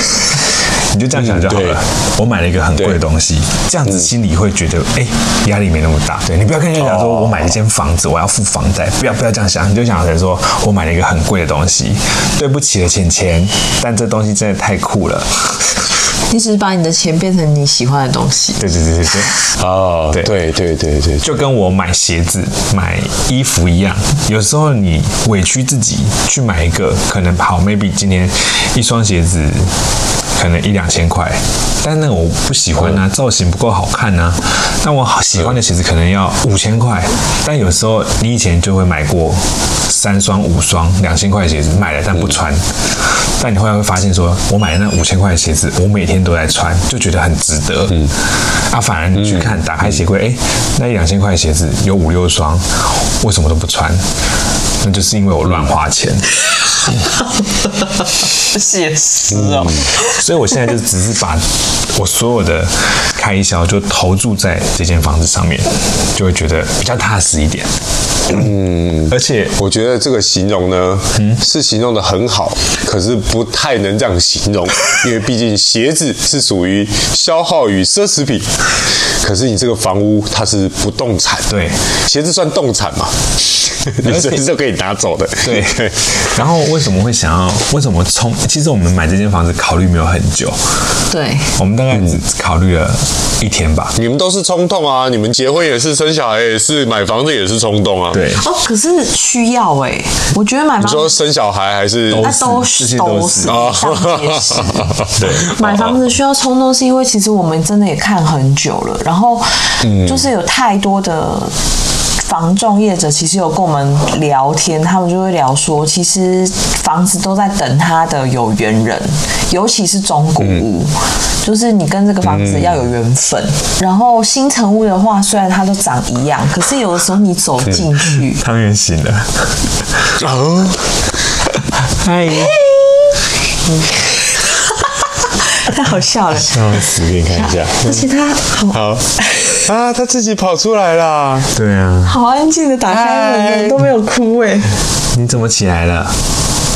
Speaker 3: 你就这样想就好
Speaker 1: 嗯对
Speaker 3: 了。我买了一个很贵的东西，这样子心里会觉得，哎、压力没那么大。对你不要跟人家讲
Speaker 1: 哦
Speaker 3: 说，我买一间房子，我要付房贷，不要不要这样想，你就想成说我买了一个很贵的东西，对不起了钱钱，但这东西真的太酷了。
Speaker 2: 你只是把你的钱变成你喜欢的东西。
Speaker 3: 对对对对对。
Speaker 1: 哦，对
Speaker 3: 对
Speaker 1: 对对对对，
Speaker 3: 就跟我买鞋子、买衣服一样，有时候你委屈自己去买一个，可能好，maybe 今天一双鞋子可能一两千块，但那个我不喜欢啊，造型不够好看啊。但我好喜欢的鞋子可能要五千块，但有时候你以前就会买过三双、五双两千块的鞋子，买了但不穿。但你后来会发现说，我买的那五千块的鞋子，我每天都在穿，就觉得很值得。嗯，啊，反而你去看，打开鞋柜，哎、那一两千块的鞋子有五六双，为什么都不穿？那就是因为我乱花 *laughs* 钱，
Speaker 2: 写诗哦，
Speaker 3: 所以我现在就只是把我所有的开销就投注在这间房子上面，就会觉得比较踏实一点。嗯，而且
Speaker 1: 我觉得这个形容呢，是形容的很好，可是不太能这样形容，因为毕竟鞋子是属于消耗与奢侈品，可是你这个房屋它是不动产，
Speaker 3: 对，
Speaker 1: 鞋子算动产嘛， *laughs* 你随时都可以拿走的，
Speaker 3: 对，然后为什么会想要？为什么冲？其实我们买这间房子考虑没有很久，
Speaker 2: 对，
Speaker 3: 我们大概只考虑了一天吧。
Speaker 1: *laughs* 你们都是冲动啊！你们结婚也是，生小孩也是，买房子也是冲动啊。，
Speaker 3: 对，
Speaker 2: 哦，可是需要哎、我觉得买
Speaker 1: 你
Speaker 2: 房
Speaker 1: 说生小孩还是
Speaker 2: 啊
Speaker 3: 都
Speaker 2: 都
Speaker 3: 是
Speaker 2: 是
Speaker 3: 这些都
Speaker 2: 都
Speaker 3: 是
Speaker 2: 是，
Speaker 1: 啊
Speaker 2: 上街
Speaker 1: *laughs*
Speaker 2: 是
Speaker 3: 对，
Speaker 2: 买房子需要冲动，是因为其实我们真的也看很久了，然后就是有太多的。房仲业者其实有跟我们聊天，他们就会聊说，其实房子都在等他的有缘人，尤其是中古屋，就是你跟这个房子要有缘分。然后新城屋的话，虽然它都长一样，可是有的时候你走进去，
Speaker 3: 汤圆醒了。
Speaker 1: 啊？
Speaker 3: 嗨，
Speaker 2: *laughs* 太好笑了。
Speaker 3: 汤死，给你看一下。
Speaker 2: 而且它好
Speaker 1: 好啊，他自己跑出来啦！
Speaker 3: 对啊，
Speaker 2: 好安静的打开
Speaker 1: 嗨
Speaker 2: 门，都没有哭哎、
Speaker 3: 你怎么起来了？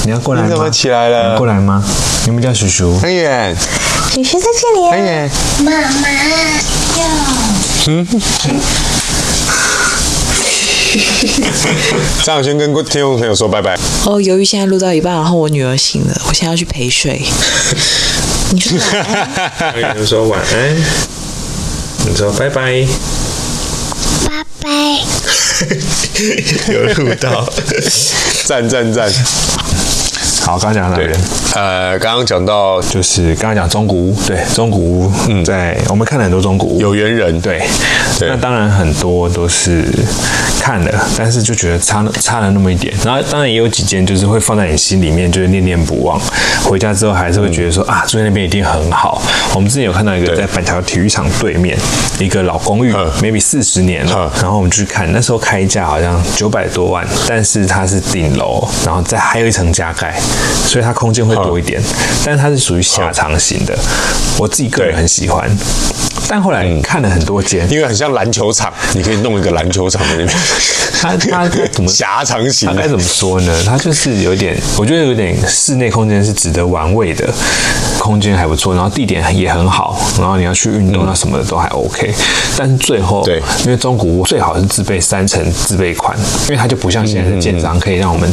Speaker 3: 你要过来吗？
Speaker 1: 你怎么起来
Speaker 3: 你要过
Speaker 1: 了？
Speaker 3: 来吗？你们叫叔叔。
Speaker 1: 很远，
Speaker 2: 许是在这里啊
Speaker 1: 很远。
Speaker 4: 妈妈要
Speaker 1: 张小轩跟听众朋友说拜拜。
Speaker 2: 哦，由于现在录到一半，然后我女儿醒了，我现在要去陪睡。你说哪
Speaker 3: 跟你说晚安，你说拜拜，
Speaker 4: 拜拜。
Speaker 3: 有录到。
Speaker 1: 赞赞赞！
Speaker 3: *laughs* 好，刚刚讲到哪
Speaker 1: 对
Speaker 3: 边？，
Speaker 1: 呃，刚刚讲到
Speaker 3: 就是刚刚讲中古屋，对，中古屋，嗯，在我们看了很多中古屋，
Speaker 1: 有缘人，
Speaker 3: 对，
Speaker 1: 对
Speaker 3: 那当然很多都是看了，但是就觉得差了差了那么一点。然后当然也有几间就是会放在你心里面，就是念念不忘。回家之后还是会觉得说、啊，住在那边一定很好。我们之前有看到一
Speaker 1: 嗯
Speaker 3: 个
Speaker 1: 对
Speaker 3: 在板桥体育场对面一个老公寓
Speaker 1: 嗯
Speaker 3: ，maybe 四十年了
Speaker 1: 嗯。
Speaker 3: 然后我们去看，那时候开价好像九百多万，但是它是顶楼，然后再还有一层加盖，所以它空间会
Speaker 1: 嗯
Speaker 3: 多一点，但是它是属于狭长型的。我自己个人
Speaker 1: 对
Speaker 3: 很喜欢，但后来看了很多间，
Speaker 1: 因为很像篮球场，你可以弄一个篮球场在那边。
Speaker 3: 他
Speaker 1: *laughs*
Speaker 3: 他他怎么
Speaker 1: 狭长型
Speaker 3: 他该
Speaker 1: 的
Speaker 3: 怎么说呢？他就是有点，我觉得有点室内空间是值得玩味的，空间还不错，然后地点也很好，然后你要去运动啊什么的都还 OK。但是最后，
Speaker 1: 对
Speaker 3: 因为中古屋最好是自备三层自备款，因为它就不像现在的建商可以让我们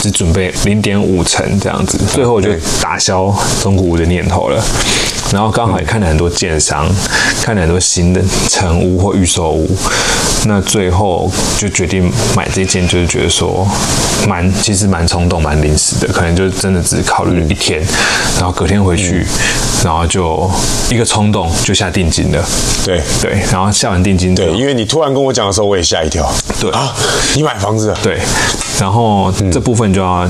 Speaker 3: 只准备零点五层这样子。最后我就
Speaker 1: 对
Speaker 3: 打消中古屋的念头了。然后刚好也看了很多建商，看了很多新的成屋或预售屋，那最后就决定买这件，就是觉得说蛮其实蛮冲动、蛮临时的，可能就真的只考虑了一天，然后隔天回去，然后就一个冲动就下定金了，
Speaker 1: 对
Speaker 3: 对，然后下完定金之后
Speaker 1: 对，因为你突然跟我讲的时候，我也吓一跳。
Speaker 3: 对
Speaker 1: 啊，你买房子了？啊
Speaker 3: 对，然后这部分就要。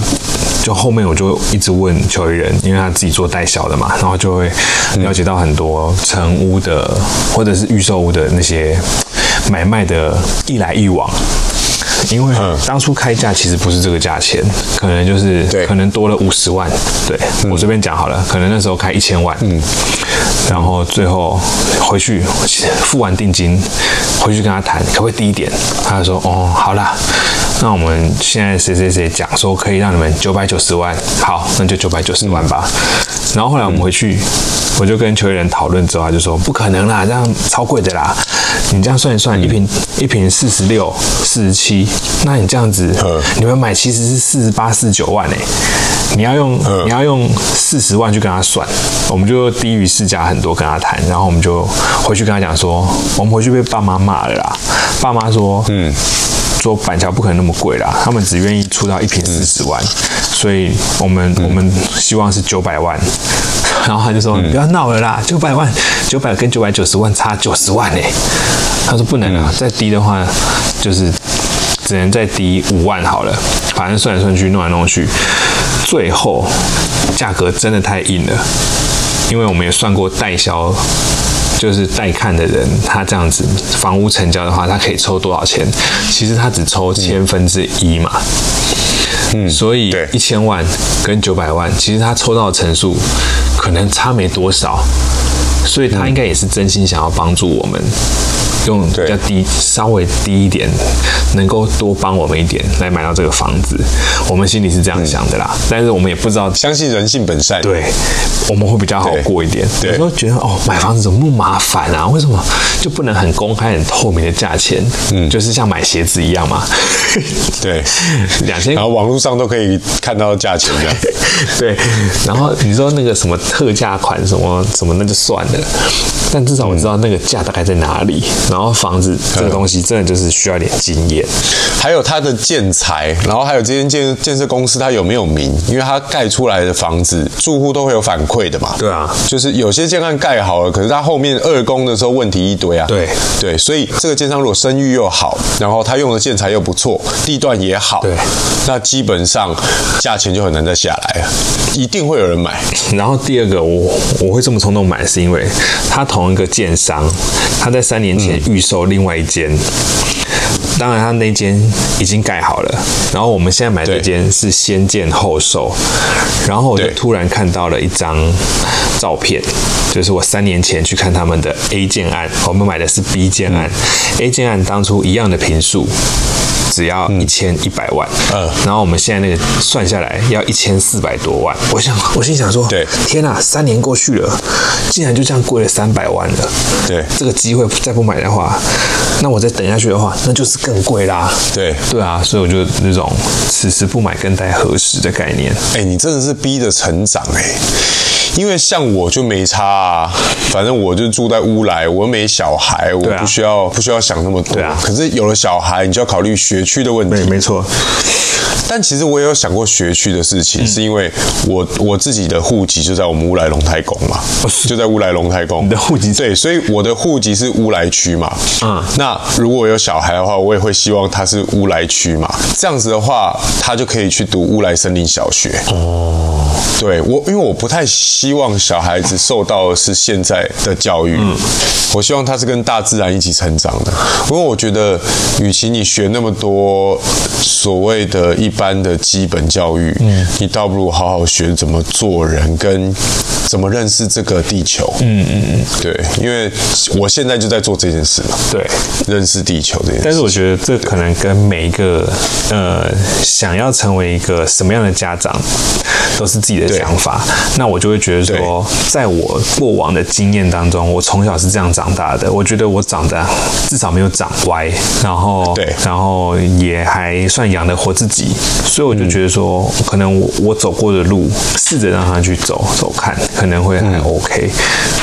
Speaker 3: 就后面我就一直问球员，因为他自己做代销的嘛，然后就会
Speaker 1: 嗯
Speaker 3: 了解到很多成屋的或者是预售屋的那些买卖的一来一往，因为
Speaker 1: 嗯
Speaker 3: 当初开价其实不是这个价钱，可能就是
Speaker 1: 对嗯
Speaker 3: 可能多了五十万，对、我随便讲好了，可能那时候开一千万，嗯，然后最后回去付完定金，回去跟他谈可不可以低一点，他就说哦好啦，那我们现在谁谁谁讲说可以让你们九百九十万，好，那就九百九十
Speaker 1: 嗯
Speaker 3: 万吧。然后后来我们回去，我就跟球员讨论之后，他就说不可能啦，这样超贵的啦。你这样算一算，一瓶一瓶四十六、四十七，那你这样子
Speaker 1: 嗯，
Speaker 3: 你们买其实是四十八、四十九万诶、欸你要用你要用四十万去跟他算，我们就低于市价很多跟他谈，然后我们就回去跟他讲说，我们回去被爸妈骂了啦，爸妈说，嗯。说板桥不可能那么贵啦，他们只愿意出到一瓶四十万，所以我们、我们希望是九百万。 *laughs* 然后他就说：“你不要闹了啦，九百万，九百跟九百九十万差九十万呢、欸他说：“不能啊，再低的话就是只能再低五万好了。”反正算来算去，弄来弄去，最后价格真的太硬了，因为我们也算过代销。就是带看的人，他这样子房屋成交的话，他可以抽多少钱？其实他只抽千分之一嘛，所以
Speaker 1: 对
Speaker 3: 一千万跟九百万，其实他抽到的层数可能差没多少，所以他应该也是真心想要帮助我们，用比
Speaker 1: 嗯对
Speaker 3: 较低、稍微低一点，能够多帮我们一点来买到这个房子，我们心里是
Speaker 1: 嗯
Speaker 3: 这样想的啦。但是我们也不知道
Speaker 1: 相信人性本善。，
Speaker 3: 对，我们会比较好
Speaker 1: 对
Speaker 3: 过一点。
Speaker 1: 对
Speaker 3: 有时候觉得哦，买房子怎么那么麻烦啊？为什么就不能很公开、很透明的价钱？嗯，就是像买鞋子一
Speaker 1: *laughs*
Speaker 3: 样嘛。
Speaker 1: 对，
Speaker 3: 两千
Speaker 1: 然后网络上都可以看到价钱
Speaker 3: *laughs*
Speaker 1: 这样。
Speaker 3: 对，然后你说那个什么特价款什么什么，那就算了。但至少我知道那个价大概在哪里。然后房子这个东西真的就是需要一点经验。
Speaker 1: 还有它的建材，然后还有这间建建设公司它有没有名，因为它盖出来的房子住户都会有反馈的嘛。
Speaker 3: 对啊
Speaker 1: 就是有些建案盖好了，可是它后面二工的时候问题一堆啊。
Speaker 3: 对
Speaker 1: 对，所以这个建商如果声誉又好，然后他用的建材又不错，地段也好，
Speaker 3: 对，
Speaker 1: 那基本上价钱就很难再下来了，一定会有人买。
Speaker 3: 然后第二个，我我会这么冲动买，是因为他同一个建商，他在三年
Speaker 1: 嗯
Speaker 3: 前预售另外一间，当然他那间已经盖好了，然后我们现在买这
Speaker 1: 对
Speaker 3: 间是先建后售，然后我就
Speaker 1: 对
Speaker 3: 突然看到了一张照片，就是我三年前去看他们的 A 建案，我们买的是 B 建案、a
Speaker 1: 嗯
Speaker 3: 建案当初一样的平数。只要一千一百万，
Speaker 1: 嗯
Speaker 3: 然后我们现在那个算下来要一千四百多万，我想，我心想说，
Speaker 1: 对
Speaker 3: 天呐，三年过去了，竟然就这样贵了三百万了。
Speaker 1: 对
Speaker 3: 这个机会再不买的话，那我再等下去的话，那就是更贵啦。
Speaker 1: 对，
Speaker 3: 对啊，所以我就那种此时不买更待何时的概念。
Speaker 1: 哎、你真的是逼着成长哎、因为像我就没差啊，反正我就住在乌来，我又没小孩，我
Speaker 3: 对啊
Speaker 1: 不需要、不需要想那么多。
Speaker 3: 对啊
Speaker 1: 可是有了小孩，你就要考虑学区的问题。
Speaker 3: 错，
Speaker 1: 但其实我也有想过学区的事
Speaker 3: 嗯
Speaker 1: 情，是因为我我自己的户籍就在我们乌来龙泰宫嘛，就在乌来龙泰宫。
Speaker 3: 哦你的户籍
Speaker 1: 对，所以我的户籍是乌来区嘛。
Speaker 3: 嗯
Speaker 1: 嗯，那如果有小孩的话，我也会希望他是乌来区嘛。这样子的话，他就可以去读乌来森林小学。哦，对我，因为我不太希望小孩子受到的是现在的教育，我希望他是跟大自然一起成长的。因为我觉得，与其你学那么多所谓的一般的基本教育，你倒不如好好学怎么做人跟怎么认识这个地球。嗯嗯嗯，对，因为我现在就在做这件事嘛。
Speaker 3: 对。
Speaker 1: 认识地球这件事。
Speaker 3: 但是我觉得这可能跟每一个呃想要成为一个什么样的家长，都是自己的
Speaker 1: 对
Speaker 3: 想法。那我就会觉得说，在我过往的经验当中，我从小是这样长大的，我觉得我长得至少没有长歪，然后
Speaker 1: 对
Speaker 3: 然后也还算养得活自己，所以我就觉得说，可能我我走过的路，试着让他去走走看，可能会还 OK、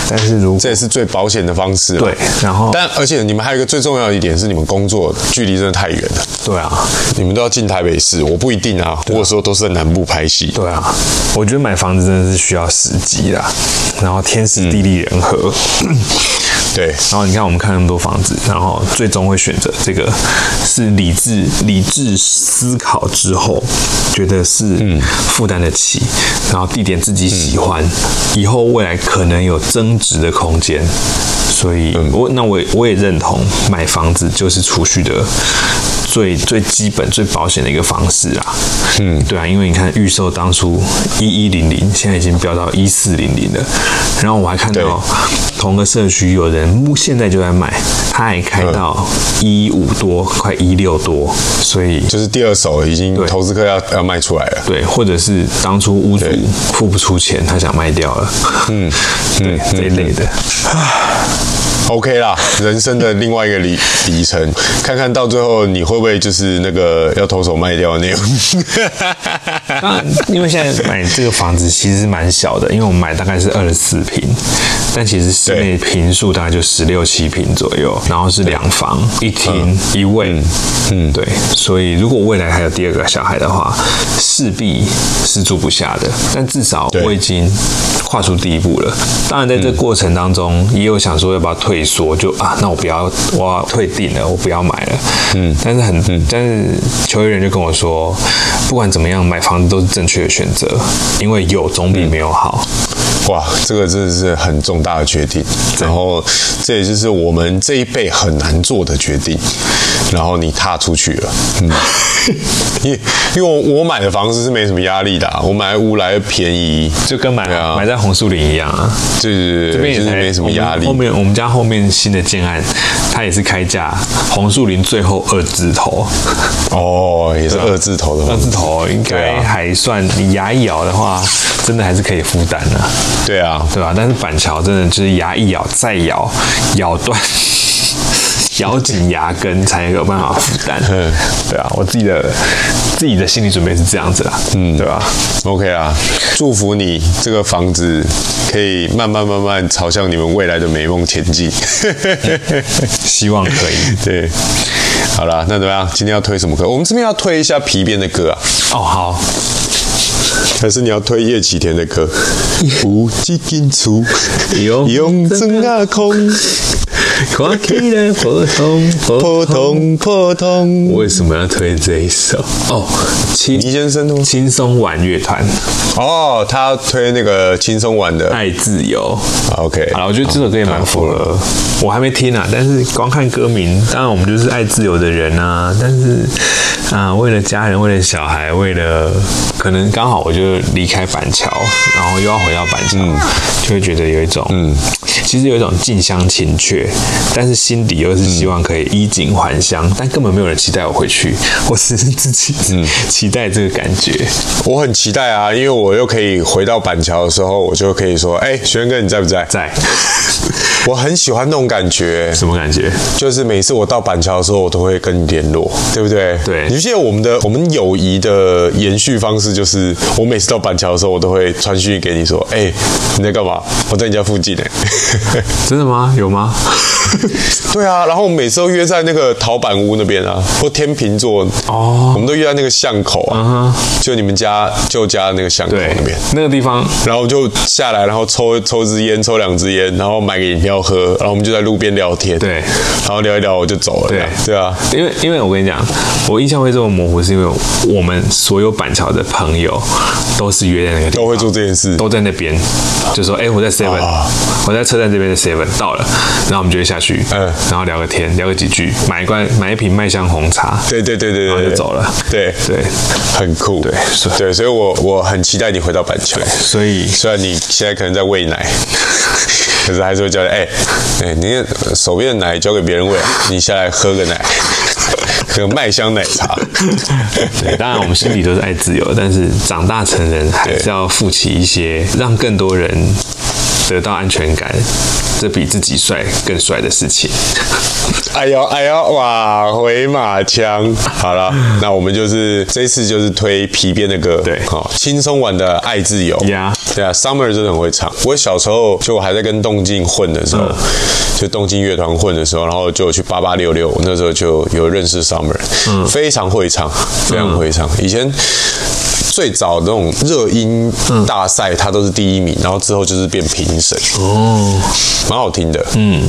Speaker 3: 但是如果
Speaker 1: 嗯这也是最保险的方式啦。
Speaker 3: 对，然后
Speaker 1: 但而且你们还有一个最重要的一点是，你们工作距离真的太远了，
Speaker 3: 对啊，
Speaker 1: 你们都要进台北市，我不一定啊，我有时候都是在南部拍戏。
Speaker 3: 对啊，我觉得买房子真的是需要时机啦，然后天时地利人和。 *clears throat*
Speaker 1: 对
Speaker 3: 然后你看，我们看那么多房子，然后最终会选择这个，是理智理智思考之后，觉得是负担得起，然后地点自己喜欢，以后未来可能有增值的空间，所以我那我也我也认同买房子就是储蓄的最最基本、最保险的一个方式啊。嗯，对啊，因为你看预售当初一一零零，现在已经飙到一四零零了。然后我还看
Speaker 1: 对
Speaker 3: 到同个社区有人目现在就在卖，他还开到一五多，快一六多，所以
Speaker 1: 就是第二手已经
Speaker 3: 对
Speaker 1: 投资客要要卖出来了。
Speaker 3: 对，或者是当初屋主
Speaker 1: 对
Speaker 3: 付不出钱，他想卖掉了，嗯，对这一类的，
Speaker 1: OK 啦，人生的另外一个
Speaker 3: *laughs*
Speaker 1: 里里程，看看到最后你会不会就是那个要投手卖掉的那种。
Speaker 3: 那因为现在买这个房子其实蛮小的，因为我们买大概是二十四平，但其实室内平数大概就十六七平左右，然后是两房一厅一卫，嗯，对，所以如果未来还有第二个小孩的话，势必是住不下的，但至少
Speaker 1: 对
Speaker 3: 我已经跨出第一步了。当然，在这过程当中，也有想说要不要退缩，就啊，那我不要，我要退订了，我不要买了，嗯，但是很，但是球员就跟我说，不管怎么样，买房子都是正确的选择，因为有总
Speaker 1: 嗯
Speaker 3: 比没有好。
Speaker 1: *laughs* 哇，这个真的是很重大的决定，然后这也就是我们这一辈很难做的决定。然后你踏出去了，
Speaker 3: *laughs*
Speaker 1: 嗯，因为因为我我买的房子是没什么压力的、啊，我买屋来便宜，
Speaker 3: 就跟买、
Speaker 1: 对啊
Speaker 3: 买在红树林一样啊，
Speaker 1: 对对
Speaker 3: 这边
Speaker 1: 对，
Speaker 3: 也
Speaker 1: 就是
Speaker 3: 才
Speaker 1: 没什么压力
Speaker 3: 我。们后面我们家后面新的建案，它也是开价红树林最后二字头，
Speaker 1: 哦，也是二字头的
Speaker 3: 二
Speaker 1: 房子，
Speaker 3: 字头应
Speaker 1: 对
Speaker 3: 该
Speaker 1: 啊
Speaker 3: 还算，你牙一咬的话，真的还是可以负担的、
Speaker 1: 对啊，
Speaker 3: 对吧、但是板桥真的就是牙一咬再咬， *laughs* 咬断，咬紧牙根才有办法负担。 *laughs* 对啊，我自己的自己的心理准备是这样子啦，嗯，对吧、
Speaker 1: OK 啦，祝福你这个房子可以慢慢慢慢朝向你们未来的美梦前进。 *laughs*
Speaker 3: 希望可以。
Speaker 1: 对，好啦，那怎么样？今天要推什么歌？我们这边要推一下皮鞭的歌啊，
Speaker 3: *laughs* 哦，好，
Speaker 1: 还是你要推叶启田的
Speaker 3: *laughs*
Speaker 1: 歌？有一根厝，用砖啊空，
Speaker 3: 看起来普通
Speaker 1: 普
Speaker 3: 普
Speaker 1: 通普通。
Speaker 3: 为什么要推这一首？哦，轻
Speaker 1: 倪先生哦
Speaker 3: 轻松玩乐团，
Speaker 1: 哦，他要推那个轻松玩的。
Speaker 3: 爱自由。
Speaker 1: 啊 OK，
Speaker 3: 哎好了，我觉得这首歌也蛮符合。我还没听啊，但是光看歌名，当然我们就是爱自由的人啊。但是啊、为了家人，为了小孩，为了可能刚好我就离开板桥，然后又要回到板桥，就会觉得有一种，嗯，其实有一种近乡情怯，但是心底又是希望可以衣锦还乡，但根本没有人期待我回去，我只是自己、期待这个感觉。
Speaker 1: 我很期待啊，因为我又可以回到板桥的时候，我就可以说，哎、学员哥你在不在？
Speaker 3: 在
Speaker 1: 我很喜欢那种感觉，
Speaker 3: 什么感觉？
Speaker 1: 就是每次我到板桥的时候，我都会跟你联络，对不对？
Speaker 3: 对
Speaker 1: 你记得我们的我们友谊的延续方式，就是我每次到板桥的时候，我都会传讯给你说，哎、你在干嘛？我在你家附近哎、
Speaker 3: 真的吗？有吗？
Speaker 1: *laughs* 对啊，然后我们每次都约在那个陶板屋那边啊，或天秤座
Speaker 3: 哦嗯
Speaker 1: 我们都约在那个巷口啊，就你们家旧家那个巷口
Speaker 3: 对
Speaker 1: 那边。，
Speaker 3: 那个地方
Speaker 1: 然后就下来，然后抽抽支烟，抽两支烟，然后买个饮料喝，然后我们就在路边聊天，
Speaker 3: 对
Speaker 1: 然后聊一聊我就走了，
Speaker 3: 对
Speaker 1: 对啊，
Speaker 3: 因为因为我跟你讲，我印象会这么模糊，是因为我们所有板桥的朋友都是约在那个地方，
Speaker 1: 都会做这件事，
Speaker 3: 都在那边，就说哎、诶我在 Seven，、
Speaker 1: 啊
Speaker 3: 我在车站这边的 Seven 到了，然后我们就会下去，
Speaker 1: 嗯
Speaker 3: 然后聊个天，聊个几句，买一罐买一瓶麦香红茶，
Speaker 1: 对对对对
Speaker 3: 然后
Speaker 1: 对，
Speaker 3: 就走了。
Speaker 1: 对，
Speaker 3: 对，
Speaker 1: 很酷，对
Speaker 3: 所以
Speaker 1: 对，所以我我很期待你回到板桥，
Speaker 3: 所以
Speaker 1: 虽然你现在可能在喂奶， *laughs* 可是还是会叫你，哎哎，你的手边的奶交给别人喂，你下来喝个奶， *laughs* 那个麦香奶茶，
Speaker 3: 对，当然我们心里都是爱自由，但是长大成人还是要负起一些让更多人得到安全感，这比自己帅更帅的事情。
Speaker 1: 哎呦哎呦，哇，回马枪！好了，那我们就是这次就是推皮鞭的歌，
Speaker 3: 对
Speaker 1: 好、轻松玩的《爱自由》
Speaker 3: 呀
Speaker 1: 对啊，Summer 真的很会唱。我小时候就我还在跟动静混的时候，就动静乐团混的时候，然后就去八八六六，我那时候就有认识 Summer，、非常会唱，非常会唱。以前。最早那种热音大赛，他都是第一名，然后之后就是变评审，
Speaker 3: 哦，
Speaker 1: 蛮好听的。嗯。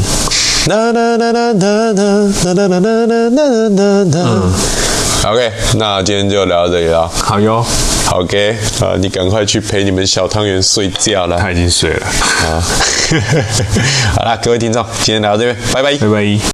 Speaker 1: 啦啦啦啦啦啦啦啦啦啦啦啦啦。OK，那今天就聊到这里了。
Speaker 3: 好哟。
Speaker 1: 好 OK，啊、你赶快去陪你们小汤圆睡觉了。 *laughs*
Speaker 3: 他已经睡了，
Speaker 1: 啊，好啦，各位听众，今天聊到这边，拜拜。
Speaker 3: 拜拜。